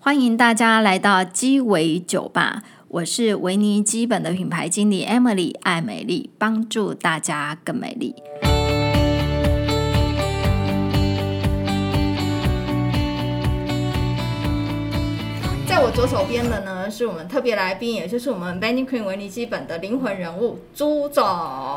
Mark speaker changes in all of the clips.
Speaker 1: 欢迎大家来到鸡尾酒吧，我是维尼基本的品牌经理 Emily 艾美丽，帮助大家更美丽。
Speaker 2: 在我左手边的呢，是我们特别来宾，也就是我们 Benny Queen 维尼基本的灵魂人物朱总。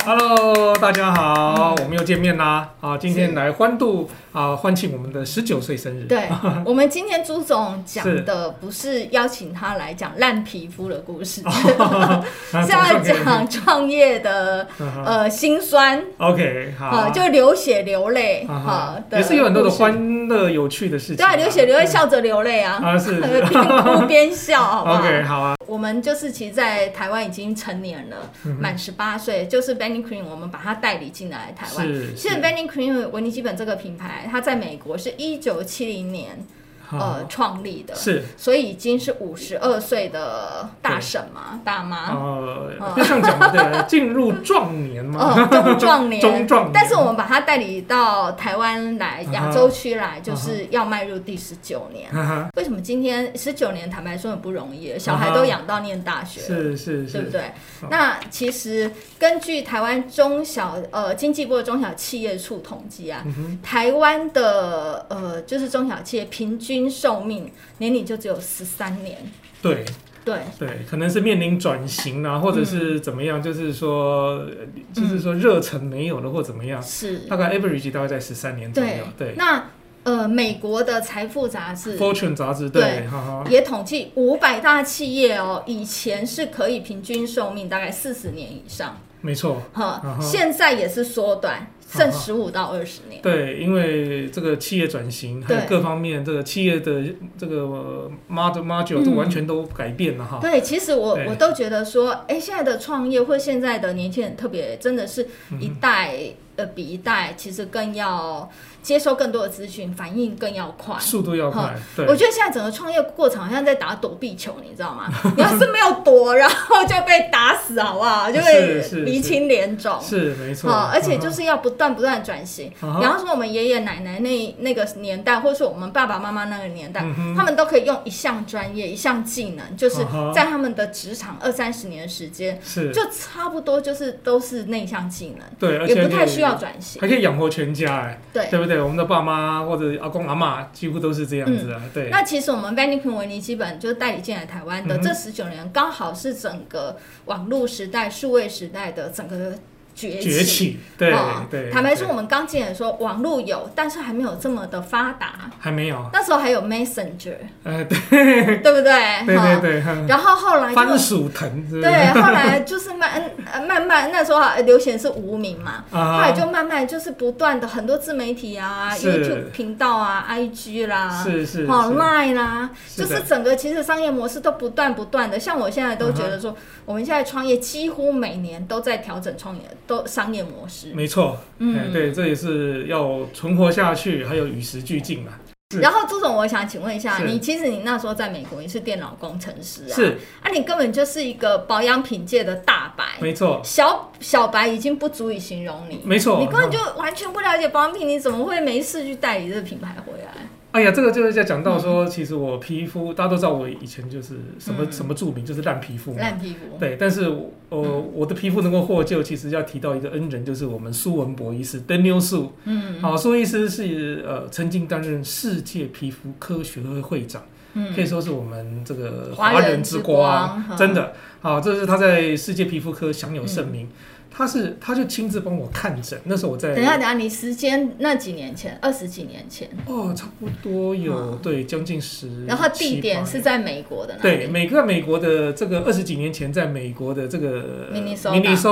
Speaker 3: Hello，大家好，
Speaker 2: 嗯
Speaker 3: 我们又见面啦！啊，今天来欢度啊，欢庆我们的十九岁生日。
Speaker 2: 对，我们今天朱总讲的不是邀请他来讲烂皮肤的故事，
Speaker 3: 啊，
Speaker 2: 是要讲创业的呃辛酸，
Speaker 3: OK，好
Speaker 2: 啊，
Speaker 3: 嗯啊，
Speaker 2: 就流血流泪
Speaker 3: 啊
Speaker 2: 啊
Speaker 3: 哈，也是有很多的
Speaker 2: 乐，
Speaker 3: 欢乐有趣的事情
Speaker 2: 对
Speaker 3: 啊。
Speaker 2: 啊，流血流泪，笑着流泪啊，
Speaker 3: 啊，是
Speaker 2: 边哭边笑， 好不好？
Speaker 3: OK，好啊，
Speaker 2: 我们就是其实，在台湾已经成年了，
Speaker 3: 嗯
Speaker 2: 满十八岁，就是 Benny Cream，我们把它代理进来台湾。
Speaker 3: 是
Speaker 2: 其实 Benny Cream 维尼基本这个品牌，它在美国是一九七零年
Speaker 3: 啊
Speaker 2: 呃创立的，
Speaker 3: 是
Speaker 2: 所以已经是五十二岁的大婶嘛，大妈，
Speaker 3: 呃，就像讲的， 进入壮年嘛，
Speaker 2: 呃，哦中壮年，
Speaker 3: 中壮年
Speaker 2: 但是我们把它代理到台湾来，
Speaker 3: 啊哈
Speaker 2: 亚洲区来，
Speaker 3: 嗯
Speaker 2: 就是要迈入第十九年。
Speaker 3: 哈哈，
Speaker 2: 为什么今天十九年？坦白说很不容易，小
Speaker 3: 啊
Speaker 2: 孩
Speaker 3: 哈
Speaker 2: 都养到念大学了。
Speaker 3: 是是
Speaker 2: 对不
Speaker 3: 是，
Speaker 2: 对？那其实根据台湾中小呃经济部的中小企业处统计
Speaker 3: 嗯
Speaker 2: 啊，台湾的呃就是中小企业平均寿命年龄就只有十三年，
Speaker 3: 对
Speaker 2: 对
Speaker 3: 对，可能是面临转型啊，或者
Speaker 2: 嗯
Speaker 3: 是怎么样，就是说，呃就是说热忱没有了或怎么样，
Speaker 2: 是，
Speaker 3: 大概 average 大概在十三年左
Speaker 2: 对
Speaker 3: 右，对。
Speaker 2: 那呃美国的财富杂志
Speaker 3: Fortune 杂志
Speaker 2: 对
Speaker 3: 对，哈哈，
Speaker 2: 也统计五百大企业哦，以前是可以平均寿命大概四十年以上，
Speaker 3: 没错，啊
Speaker 2: 哈，
Speaker 3: 哈
Speaker 2: 现在也是缩短，剩
Speaker 3: 啊哈
Speaker 2: 十五到二十年。
Speaker 3: 对，因为这个企业转型还有
Speaker 2: 对
Speaker 3: 各方面，这个企业的这个呃 model module 都完全都改变了哈。
Speaker 2: 嗯对，其实我
Speaker 3: 哦对
Speaker 2: 我都觉得说，哎，现在的创业或现在的年轻人，特别真的是
Speaker 3: 嗯
Speaker 2: 一代、呃比一代，其实更要接收更多的资讯，反应更要快。
Speaker 3: 速度要
Speaker 2: 哈
Speaker 3: 快，对
Speaker 2: 我，觉得现在整个创业过程好像在打躲避球，你知道 吗？你要是没有躲，然后就被打死，好不好？就被
Speaker 3: 是是
Speaker 2: 鼻青脸肿。
Speaker 3: 是没错
Speaker 2: 好，，而且就
Speaker 3: 啊
Speaker 2: 是要不断不断地转型。
Speaker 3: 啊哈
Speaker 2: 然后说我们爷爷奶奶那那个年代，或者是我们爸爸妈妈那个年代，
Speaker 3: 嗯
Speaker 2: 他们都可以用一项专业、一项技能，就是
Speaker 3: 啊哈
Speaker 2: 在他们的职场二三十年的时间，
Speaker 3: 是，
Speaker 2: 就差不多就是都是那项技能，
Speaker 3: 对，而且
Speaker 2: 也不太
Speaker 3: 可以
Speaker 2: 需要，转型。
Speaker 3: 还可以养活全家，哎，
Speaker 2: 对
Speaker 3: 对不对？我们的爸妈或者阿公阿嬷几乎都是这样子啊，
Speaker 2: 嗯
Speaker 3: 对，
Speaker 2: 那其实我们 v a n i p i n 维尼基本就是代理进来台湾
Speaker 3: 嗯
Speaker 2: 的、这十九年，刚好是整个网络时代、数位时代的整个崛
Speaker 3: 崛起，对
Speaker 2: 哦
Speaker 3: 对。
Speaker 2: 坦白说，
Speaker 3: 对
Speaker 2: 我们刚进来的时候，网络有，但是还没有这么的发 达。
Speaker 3: 还没有，
Speaker 2: 那时候还有 Messenger，
Speaker 3: 呃，对
Speaker 2: 对不对？
Speaker 3: 对
Speaker 2: 哈
Speaker 3: 对对，哼
Speaker 2: 然后后来
Speaker 3: 番
Speaker 2: 就
Speaker 3: 薯藤，是不是
Speaker 2: 对，后来就是慢呃慢慢那时候啊流行是无名嘛，
Speaker 3: 啊
Speaker 2: 后来就慢慢就是不断的很多自媒体啊、
Speaker 3: 是
Speaker 2: YouTube 频道啊、IG 啦。
Speaker 3: 是是
Speaker 2: 哦
Speaker 3: 是
Speaker 2: ，Line 啦，
Speaker 3: 是
Speaker 2: 就
Speaker 3: 的
Speaker 2: 是整个其实商业模式都不断不断的，像我现在都觉
Speaker 3: 嗯
Speaker 2: 得说，我们现在创业几乎每年都在调整创业都商业模式，
Speaker 3: 没错，
Speaker 2: 嗯
Speaker 3: 嗯，对，这也是要存活下去，还有与时俱进嘛。是
Speaker 2: 然后朱总，我想请问一下，
Speaker 3: 是
Speaker 2: 你其实你那时候在美国，你是电脑工程师啊，
Speaker 3: 是，
Speaker 2: 啊，你根本就是一个保养品界的大白，
Speaker 3: 没错，
Speaker 2: 小小白已经不足以形容你，
Speaker 3: 没错。
Speaker 2: 你根本就完全不了解保养品，你怎么会没事去代理这个品牌回来？
Speaker 3: 哎呀，这个就是在讲
Speaker 2: 嗯
Speaker 3: 到说，其实我皮肤大家都知道，我以前就是什
Speaker 2: 嗯
Speaker 3: 么、什么著名就是烂皮肤嘛。
Speaker 2: 烂皮肤，
Speaker 3: 对，但是我、呃我的皮肤能够获救，其实要提到一个恩人，就是我们苏文博医师 Daniel Su。嗯，好、苏医师是呃曾经担任世界皮肤科学会会长，
Speaker 2: 嗯
Speaker 3: 可以说是我们这个
Speaker 2: 华
Speaker 3: 华
Speaker 2: 人
Speaker 3: 人之
Speaker 2: 之
Speaker 3: 光，啊
Speaker 2: 光嗯
Speaker 3: 真的。好、这是他在世界皮肤科享有盛名。他是他就亲自帮我看诊，那时候我在
Speaker 2: 嗯等一下，等一下，你时间那几年前，二十几年前，
Speaker 3: 哦，差不多有、对将近十，
Speaker 2: 嗯然后地点
Speaker 3: 七八
Speaker 2: 是在美国的那
Speaker 3: 对，
Speaker 2: 里，
Speaker 3: 美个美国的这个二十几年前，在美国的这个
Speaker 2: Minnesota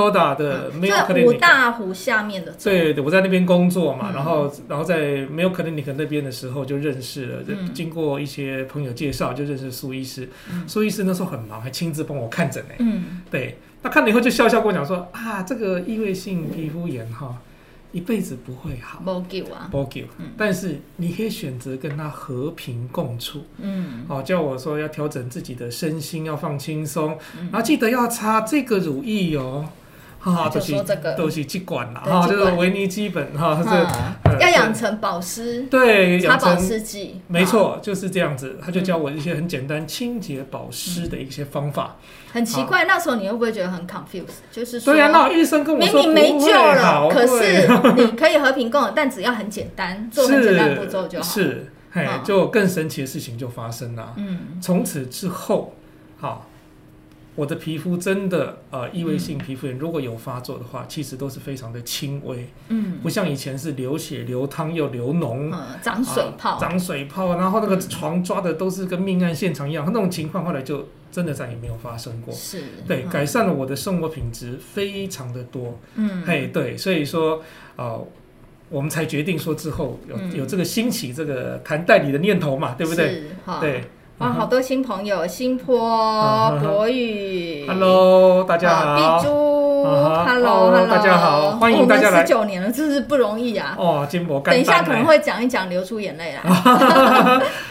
Speaker 2: 嗯在
Speaker 3: 的 Mayo
Speaker 2: 五
Speaker 3: Clinic，
Speaker 2: 大嗯湖下面的州，
Speaker 3: 对，我在那边工作嘛，然后然后在 Mayo Clinic 那边的时候就认识了，就
Speaker 2: 嗯
Speaker 3: 经过一些朋友介绍就认识苏医师，苏医师那时候很忙，还亲自帮我看诊呢。
Speaker 2: 嗯，
Speaker 3: 对，那看了以后就笑笑跟我讲说啊，这个异位性皮肤炎哈，一辈子不会好。
Speaker 2: 没给啊，
Speaker 3: b o g 但是你可以选择跟他和平共处。
Speaker 2: 嗯，
Speaker 3: 哦，叫我说要
Speaker 2: 嗯
Speaker 3: 调整自己的身心，要放轻松，然后记得要擦这个乳液哦。
Speaker 2: 嗯
Speaker 3: 哈，
Speaker 2: 就
Speaker 3: 都是
Speaker 2: 说这个
Speaker 3: 都是基管啦，
Speaker 2: 对
Speaker 3: 哈，
Speaker 2: 这
Speaker 3: 就
Speaker 2: 管
Speaker 3: 是维尼基本哈，这
Speaker 2: 嗯
Speaker 3: 呃
Speaker 2: 要养成保湿、
Speaker 3: 对
Speaker 2: 擦
Speaker 3: 养
Speaker 2: 保
Speaker 3: 成。
Speaker 2: 湿剂，
Speaker 3: 没
Speaker 2: 啊，
Speaker 3: 错，就是这样子。他就教我一些很简单清洁保
Speaker 2: 嗯
Speaker 3: 湿的一些方法。
Speaker 2: 很奇怪，那时候你会不会觉得很 confused？就是说，
Speaker 3: 对呀、那医生跟我
Speaker 2: 明
Speaker 3: 说
Speaker 2: 明没
Speaker 3: 不
Speaker 2: 救
Speaker 3: 会
Speaker 2: 了，
Speaker 3: 好
Speaker 2: 可
Speaker 3: 对
Speaker 2: 是 你可以和平共有，但只要很简单，做很简单的步骤就好。
Speaker 3: 是，是嘿
Speaker 2: 嗯，
Speaker 3: 就更神奇的事情就发生了。嗯，从此之后，好，我的皮肤真的呃异位性皮肤炎如果有发作的话，其实都是非常的轻微，
Speaker 2: 嗯
Speaker 3: 不像以前是流血、流汤又流脓。
Speaker 2: 嗯，长水泡
Speaker 3: 啊，长水泡，然后那个床抓的都是跟命案现场一样，那种情况后来就真的再也没有发生过。
Speaker 2: 是，
Speaker 3: 对，
Speaker 2: 嗯
Speaker 3: 改善了我的生活品质非常的多。
Speaker 2: 嗯，
Speaker 3: 嘿，对，所以说，呃，我们才决定说之后有、
Speaker 2: 嗯
Speaker 3: 有这个兴起这个谈代理的念头嘛，对不对？
Speaker 2: 是？哦哈，
Speaker 3: 对
Speaker 2: 哇，
Speaker 3: 嗯哼
Speaker 2: 好多新朋友，新坡
Speaker 3: 啊哈、哈
Speaker 2: 博宇
Speaker 3: ，Hello，
Speaker 2: 大
Speaker 3: 大家好。
Speaker 2: 碧珠，Hello
Speaker 3: 啊哈哦
Speaker 2: Hello，哦
Speaker 3: 大家好欢迎大家来
Speaker 2: 十九年了，真是不容易啊！
Speaker 3: 哦，金箔干
Speaker 2: 等一下
Speaker 3: 单
Speaker 2: 可能
Speaker 3: 欸
Speaker 2: 会讲一讲，流出眼泪啊来。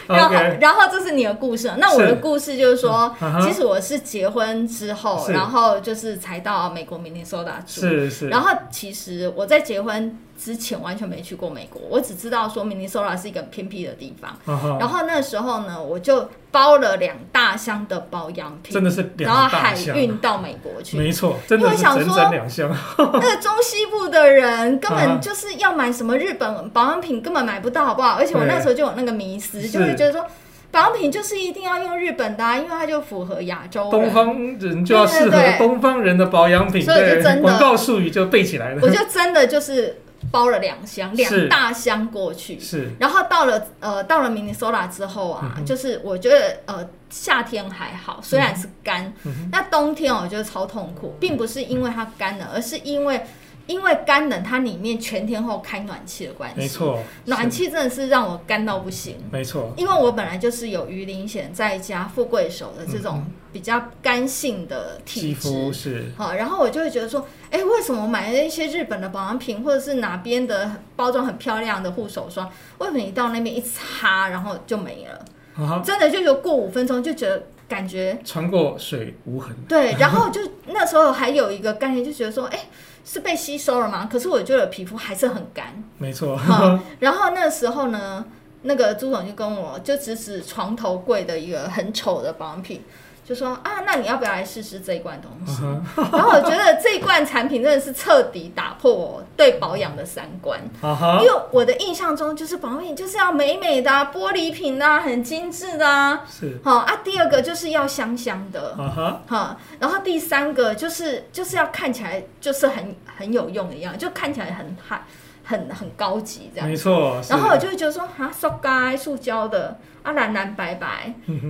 Speaker 2: 然后
Speaker 3: OK，
Speaker 2: 然后这是你的故事，那我
Speaker 3: 是
Speaker 2: 的故事就是说，
Speaker 3: 嗯哼
Speaker 2: 其实我是结婚之后，
Speaker 3: 是
Speaker 2: 然后就是才到美国明尼苏达住。
Speaker 3: 是是，
Speaker 2: 然后其实我在结婚之前完全没去过美国，我只知道说明尼苏达是一个偏僻的地方。
Speaker 3: 然后
Speaker 2: 然后那时候呢，我就包了两大箱的保养品，
Speaker 3: 真的是
Speaker 2: 然
Speaker 3: 两
Speaker 2: 后
Speaker 3: 大
Speaker 2: 海
Speaker 3: 箱，
Speaker 2: 运到美国去。
Speaker 3: 没错，真
Speaker 2: 因为
Speaker 3: 的是
Speaker 2: 想
Speaker 3: 整
Speaker 2: 说哦
Speaker 3: 整两箱，
Speaker 2: 那个中西部的人根
Speaker 3: 啊
Speaker 2: 本
Speaker 3: 哈
Speaker 2: 就是要买什么日本保养品根本买不到，好不好？而且我
Speaker 3: 对
Speaker 2: 那时候就有那个迷思，
Speaker 3: 是
Speaker 2: 就会觉得说保养品就是一定要用日本的、啊，因为它就符合亚洲
Speaker 3: 东
Speaker 2: 人。
Speaker 3: 方人就要
Speaker 2: 对对
Speaker 3: 适合
Speaker 2: 对
Speaker 3: 东方人的保养品，
Speaker 2: 所以我就真的
Speaker 3: 对，广告术语就背起来了
Speaker 2: 我，就真的就是包了两箱，
Speaker 3: 是
Speaker 2: 两大箱过去。
Speaker 3: 是
Speaker 2: 然后到了呃到了明尼苏达之后啊，
Speaker 3: 嗯
Speaker 2: 就是我觉得呃夏天还好，虽然是干，
Speaker 3: 嗯
Speaker 2: 那冬天我觉得超痛苦，并不是因为它干冷，而是因为因为干冷它里面全天候开暖气的关系，
Speaker 3: 没，错，
Speaker 2: 暖
Speaker 3: 是
Speaker 2: 气真的是让我干到不行。
Speaker 3: 没错，
Speaker 2: 因为我本来就是有鱼鳞癣再加富贵手的这种比较干性的体
Speaker 3: 嗯肌
Speaker 2: 质，
Speaker 3: 肤是
Speaker 2: 好，然后我就会觉得说，哎，为什么我买了一些日本的保养品，或者是哪边的包装很漂亮的护手霜，为什么一到那边一擦，然后就没了？
Speaker 3: 啊，
Speaker 2: 真的就有过五分钟就觉得感觉
Speaker 3: 穿过水无痕，
Speaker 2: 对，然后 就那时候还有一个概念，就觉得说，哎，是被吸收了吗？可是我觉得皮肤还是很干。
Speaker 3: 没 错，
Speaker 2: 好，然后那时候呢，那个朱总就跟我就指指床头柜的一个很丑的保养品。就说啊，那你要不要来试试这一罐东西？ 然后我觉得这一罐产品真的是彻底打破我对保养的三观，
Speaker 3: 啊哈
Speaker 2: 因，为我的印象中就是保养品就是要美美的、啊、玻璃瓶的、啊、很精致的啊，
Speaker 3: 是
Speaker 2: 好啊。第二个就是要香香的，
Speaker 3: 啊哈。
Speaker 2: 哈，然后第三个就是就是要看起来就是很很有用的一样，就看起来很嗨、很很高级这样。
Speaker 3: 没错，是
Speaker 2: 然后我就会觉得说啊，塑胶、塑胶的啊，蓝蓝白白，
Speaker 3: 嗯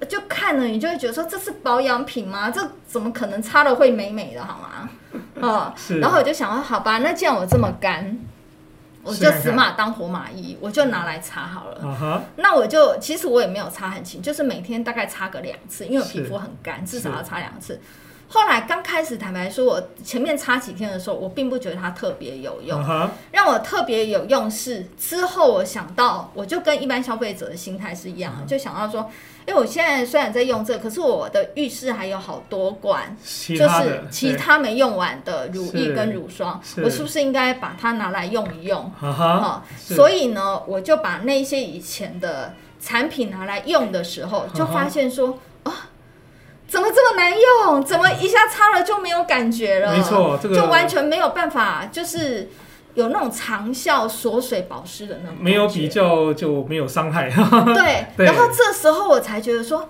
Speaker 3: 哼，
Speaker 2: 就看了你就会觉得说这是保养品吗？这怎么可能擦了会美美的好吗？哦、
Speaker 3: 是
Speaker 2: 然后我就想说，好吧，那既然我这么干，我
Speaker 3: 试
Speaker 2: 就
Speaker 3: 看看
Speaker 2: 死马当活马医，我就拿来擦好了。
Speaker 3: 啊哈，
Speaker 2: 那我就其实我也没有擦很勤，就是每天大概擦个两次，因为我皮
Speaker 3: 是
Speaker 2: 肤很干，至少
Speaker 3: 是
Speaker 2: 要擦两次。后来刚开始，坦白说，我前面擦几天的时候，我并不觉得它特别有用
Speaker 3: 啊。哈，
Speaker 2: 让我特别有用是之后我想到，我就跟一般消费者的心态是一
Speaker 3: 嗯
Speaker 2: 样的，就想到说，哎、我现在虽然在用这个，可是我的浴室还有好多罐，
Speaker 3: 其
Speaker 2: 就
Speaker 3: 他
Speaker 2: 是
Speaker 3: 的
Speaker 2: 其他没用完的乳液
Speaker 3: 是
Speaker 2: 跟乳霜，
Speaker 3: 是
Speaker 2: 我是不是应该把它拿来用一用？
Speaker 3: 对啊哈，
Speaker 2: 哈、
Speaker 3: 是
Speaker 2: 所以呢，我就把那些以前的产品拿来用的时
Speaker 3: 嗯
Speaker 2: 候，就发现说，啊、怎么这么难用？怎么一下擦了就没有感觉了？
Speaker 3: 没错哦这个
Speaker 2: 就完全没有办法，就是有那种长效锁水保湿的那种，
Speaker 3: 没有比。较就没有伤害， 啊
Speaker 2: 对，
Speaker 3: 对
Speaker 2: 然后这时候我才觉得说，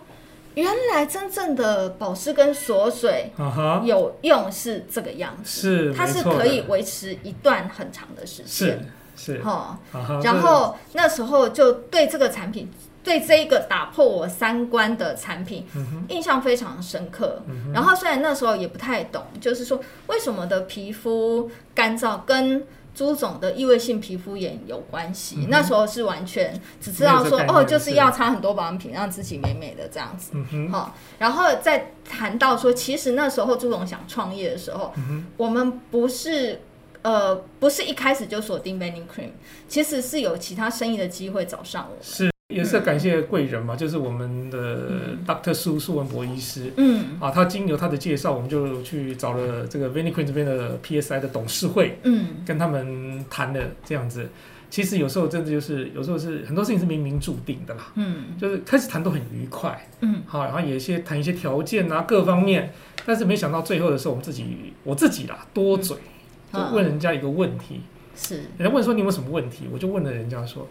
Speaker 2: 原来真正的保湿跟锁水
Speaker 3: 啊哈，
Speaker 2: 有用是这个样子，
Speaker 3: 是，
Speaker 2: 它
Speaker 3: 没
Speaker 2: 是
Speaker 3: 错的
Speaker 2: 可以，维持一段很长的时
Speaker 3: 是
Speaker 2: 间。哦
Speaker 3: 是，
Speaker 2: 哈。
Speaker 3: 啊哈，
Speaker 2: 然后那时候就对这个产品，对这一个打破我三观的产品，
Speaker 3: 嗯
Speaker 2: 印象非常深刻。然后虽然那时候也不太懂，就是说为什么我的皮肤干燥跟朱总的异位性皮肤炎有关系，那时候是完全只知道
Speaker 3: 嗯没有这
Speaker 2: 说
Speaker 3: 概念
Speaker 2: 哦，就是
Speaker 3: 是
Speaker 2: 要擦很多保养品，让自己美美的这样子。
Speaker 3: 这个，嗯哼，
Speaker 2: 好、然后再谈到说，其实那时候朱总想创业的时候，
Speaker 3: 嗯
Speaker 2: 我们不是呃不是一开始就锁定 Benny Cream，其实是有其他生意的机会找上我。
Speaker 3: 是也是感谢贵人嘛，就是我们的 Doctor 苏苏文博医师
Speaker 2: 嗯
Speaker 3: 啊，他经由他的介绍，我们就去找了这个 v e n i q u i n 这边的 PSI 的董事会，
Speaker 2: 嗯
Speaker 3: 跟他们谈了这样子。其实有时候真的就是，有时候是很多事情是冥冥注定的啦，
Speaker 2: 嗯
Speaker 3: 就是开始谈都很愉快，
Speaker 2: 嗯，
Speaker 3: 好，然后有一些谈一些条件啊各方面，但是没想到最后的时候，我们自己我自己啦多嘴，就
Speaker 2: 嗯
Speaker 3: 问人家一个问题，
Speaker 2: 是
Speaker 3: 人家问说你有没有什么问题，我就问了人家说，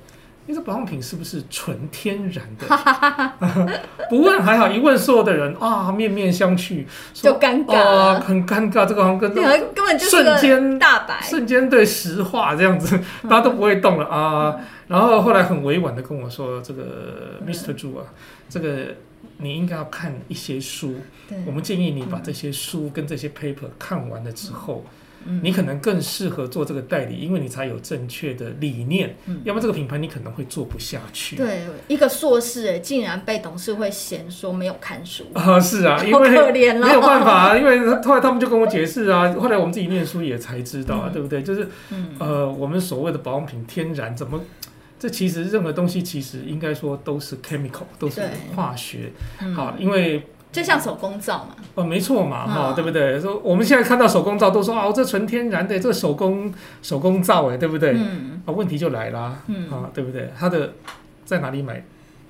Speaker 3: 你这保养品是不是纯天然的？ 不问还好，一问所有的人啊面面相觑，说
Speaker 2: 就尴尬
Speaker 3: 啊
Speaker 2: 了，
Speaker 3: 很尴尬，这个好像 跟
Speaker 2: 你们根本就是
Speaker 3: 瞬
Speaker 2: 个
Speaker 3: 间
Speaker 2: 大白，嗯
Speaker 3: 瞬间对石化这样子，大家都不会动了啊。然后后来很委婉的跟我说，这个
Speaker 2: 嗯
Speaker 3: Mr. 朱啊，这个你应该要看一些书，
Speaker 2: 对，
Speaker 3: 我们建议你把这些书跟这些 paper 看完了之后，
Speaker 2: 嗯
Speaker 3: 你可能更适合做这个代理，因为你才有正确的理念
Speaker 2: 嗯，
Speaker 3: 要不然这个品牌你可能会做不下去。
Speaker 2: 对一个硕士哎，竟然被董事会嫌说没有看书，
Speaker 3: 啊，是啊，因
Speaker 2: 好
Speaker 3: 为
Speaker 2: 可怜了，哦
Speaker 3: 没有办法、啊，因为他后来他们就跟我解释啊，后来我们自己念书也才知道啊，对不对？就是，
Speaker 2: 嗯
Speaker 3: 呃，我们所谓的保养品天然怎么？这其实任何东西其实应该说都是 chemical，都是
Speaker 2: 对
Speaker 3: 化学，
Speaker 2: 嗯
Speaker 3: 好，因为
Speaker 2: 就像手工皂嘛，
Speaker 3: 呃没错嘛，哈、
Speaker 2: 嗯
Speaker 3: 对不对？说我们现在看到手工皂都说哦，这纯天然的，这手工手工皂哎，对不对？
Speaker 2: 嗯
Speaker 3: 啊，问题就来啦，
Speaker 2: 嗯
Speaker 3: 啊，对不对？它的在哪里买？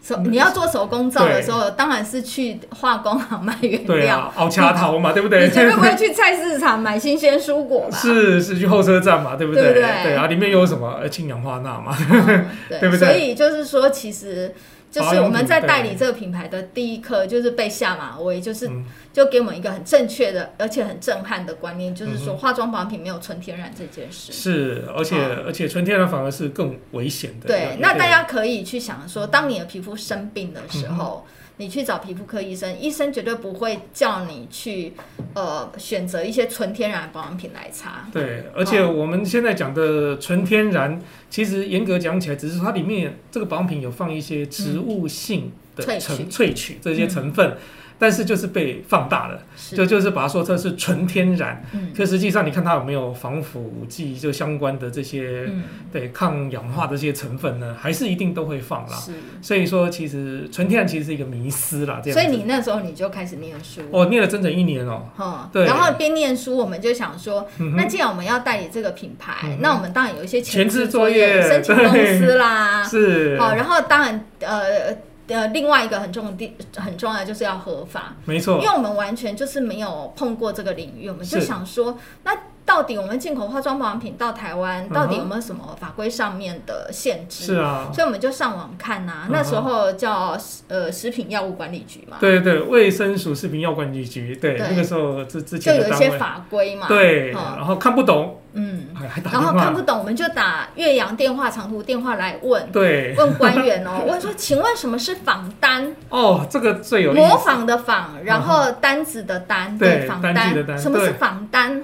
Speaker 2: 手
Speaker 3: 嗯
Speaker 2: 你要做手工皂的时候，当然是去化工行买原
Speaker 3: 对
Speaker 2: 料，
Speaker 3: 啊，熬掐头嘛，对 不对？
Speaker 2: 你绝对不会去菜市场买新鲜蔬果吧？
Speaker 3: 是是去候车站嘛，对不
Speaker 2: 对不
Speaker 3: 对
Speaker 2: 对
Speaker 3: 啊，里面有什么呃氢氧化钠嘛？
Speaker 2: 嗯
Speaker 3: 对不对
Speaker 2: 所以就是说，其实就是我们在
Speaker 3: 保养品
Speaker 2: 代理这个品牌的第一课，就是被下马威，就是
Speaker 3: 嗯
Speaker 2: 就给我们一个很正确的，而且很震撼的观念，就是说
Speaker 3: 嗯
Speaker 2: 化妆保养品没有纯天然这件事。
Speaker 3: 是，而且、
Speaker 2: 啊
Speaker 3: 而且纯天然反而是更危险的。
Speaker 2: 对，那大家可以去想说，当你的皮肤生病的时
Speaker 3: 嗯
Speaker 2: 候，你去找皮肤科医生，医生绝对不会叫你去呃选择一些纯天然保养品来擦。
Speaker 3: 对，而且我们现在讲的纯天然，其实严格讲起来，只是它里面这个保养品有放一些植物性
Speaker 2: 萃
Speaker 3: 的
Speaker 2: 取，
Speaker 3: 成、萃取这些成分。但是就是被放大了，就是就是把它说这是纯天然，
Speaker 2: 嗯
Speaker 3: 可实际上你看它有没有防腐剂，就相关的这些、
Speaker 2: 嗯，
Speaker 3: 对抗氧化的这些成分呢，还是一定都会放啦。
Speaker 2: 是。
Speaker 3: 所以说，其实纯天然其实是一个迷思啦。这样
Speaker 2: 所
Speaker 3: 子，
Speaker 2: 以你那时候你就开始念书。
Speaker 3: 我、念了整整一年哦、
Speaker 2: 嗯，
Speaker 3: 对
Speaker 2: 然后边念书，我们就想说，
Speaker 3: 嗯哼
Speaker 2: 那既然我们要代理这个品牌，
Speaker 3: 嗯哼
Speaker 2: 那我们当然有一些
Speaker 3: 前
Speaker 2: 置
Speaker 3: 置
Speaker 2: 作
Speaker 3: 作业
Speaker 2: 申请
Speaker 3: 对
Speaker 2: 公司啦，
Speaker 3: 是，
Speaker 2: 啊好，然后当然呃呃，另外一个很重的地很重要的就是要合法，
Speaker 3: 没
Speaker 2: 因
Speaker 3: 错
Speaker 2: 为，我们完全就是没有碰过这个领域，我们就是想说，那到底我们进口化妆保养品到台湾，
Speaker 3: 嗯哼
Speaker 2: 到底有没有什么法规上面的限制？
Speaker 3: 是啊，
Speaker 2: 所以我们就上网看呐、
Speaker 3: 嗯哼
Speaker 2: 那时候叫呃食品药物管理局嘛，
Speaker 3: 对对，卫生署食品药管理局，对，
Speaker 2: 对
Speaker 3: 那个时候之之
Speaker 2: 就
Speaker 3: 前
Speaker 2: 有
Speaker 3: 的
Speaker 2: 一
Speaker 3: 单
Speaker 2: 些
Speaker 3: 位，
Speaker 2: 法规嘛，
Speaker 3: 对，
Speaker 2: 嗯
Speaker 3: 然后看不懂，
Speaker 2: 嗯，
Speaker 3: 还还打
Speaker 2: 然
Speaker 3: 电
Speaker 2: 后看不
Speaker 3: 话，
Speaker 2: 懂我们就打岳阳电话、长途电话来问。
Speaker 3: 对，
Speaker 2: 问官员 哦，问说，请问什么是仿单？
Speaker 3: 哦，这个最有意
Speaker 2: 模
Speaker 3: 思，
Speaker 2: 仿的仿，然后单子的单，
Speaker 3: 对
Speaker 2: 仿
Speaker 3: 单据的单
Speaker 2: 什么是
Speaker 3: 对哦
Speaker 2: 仿单？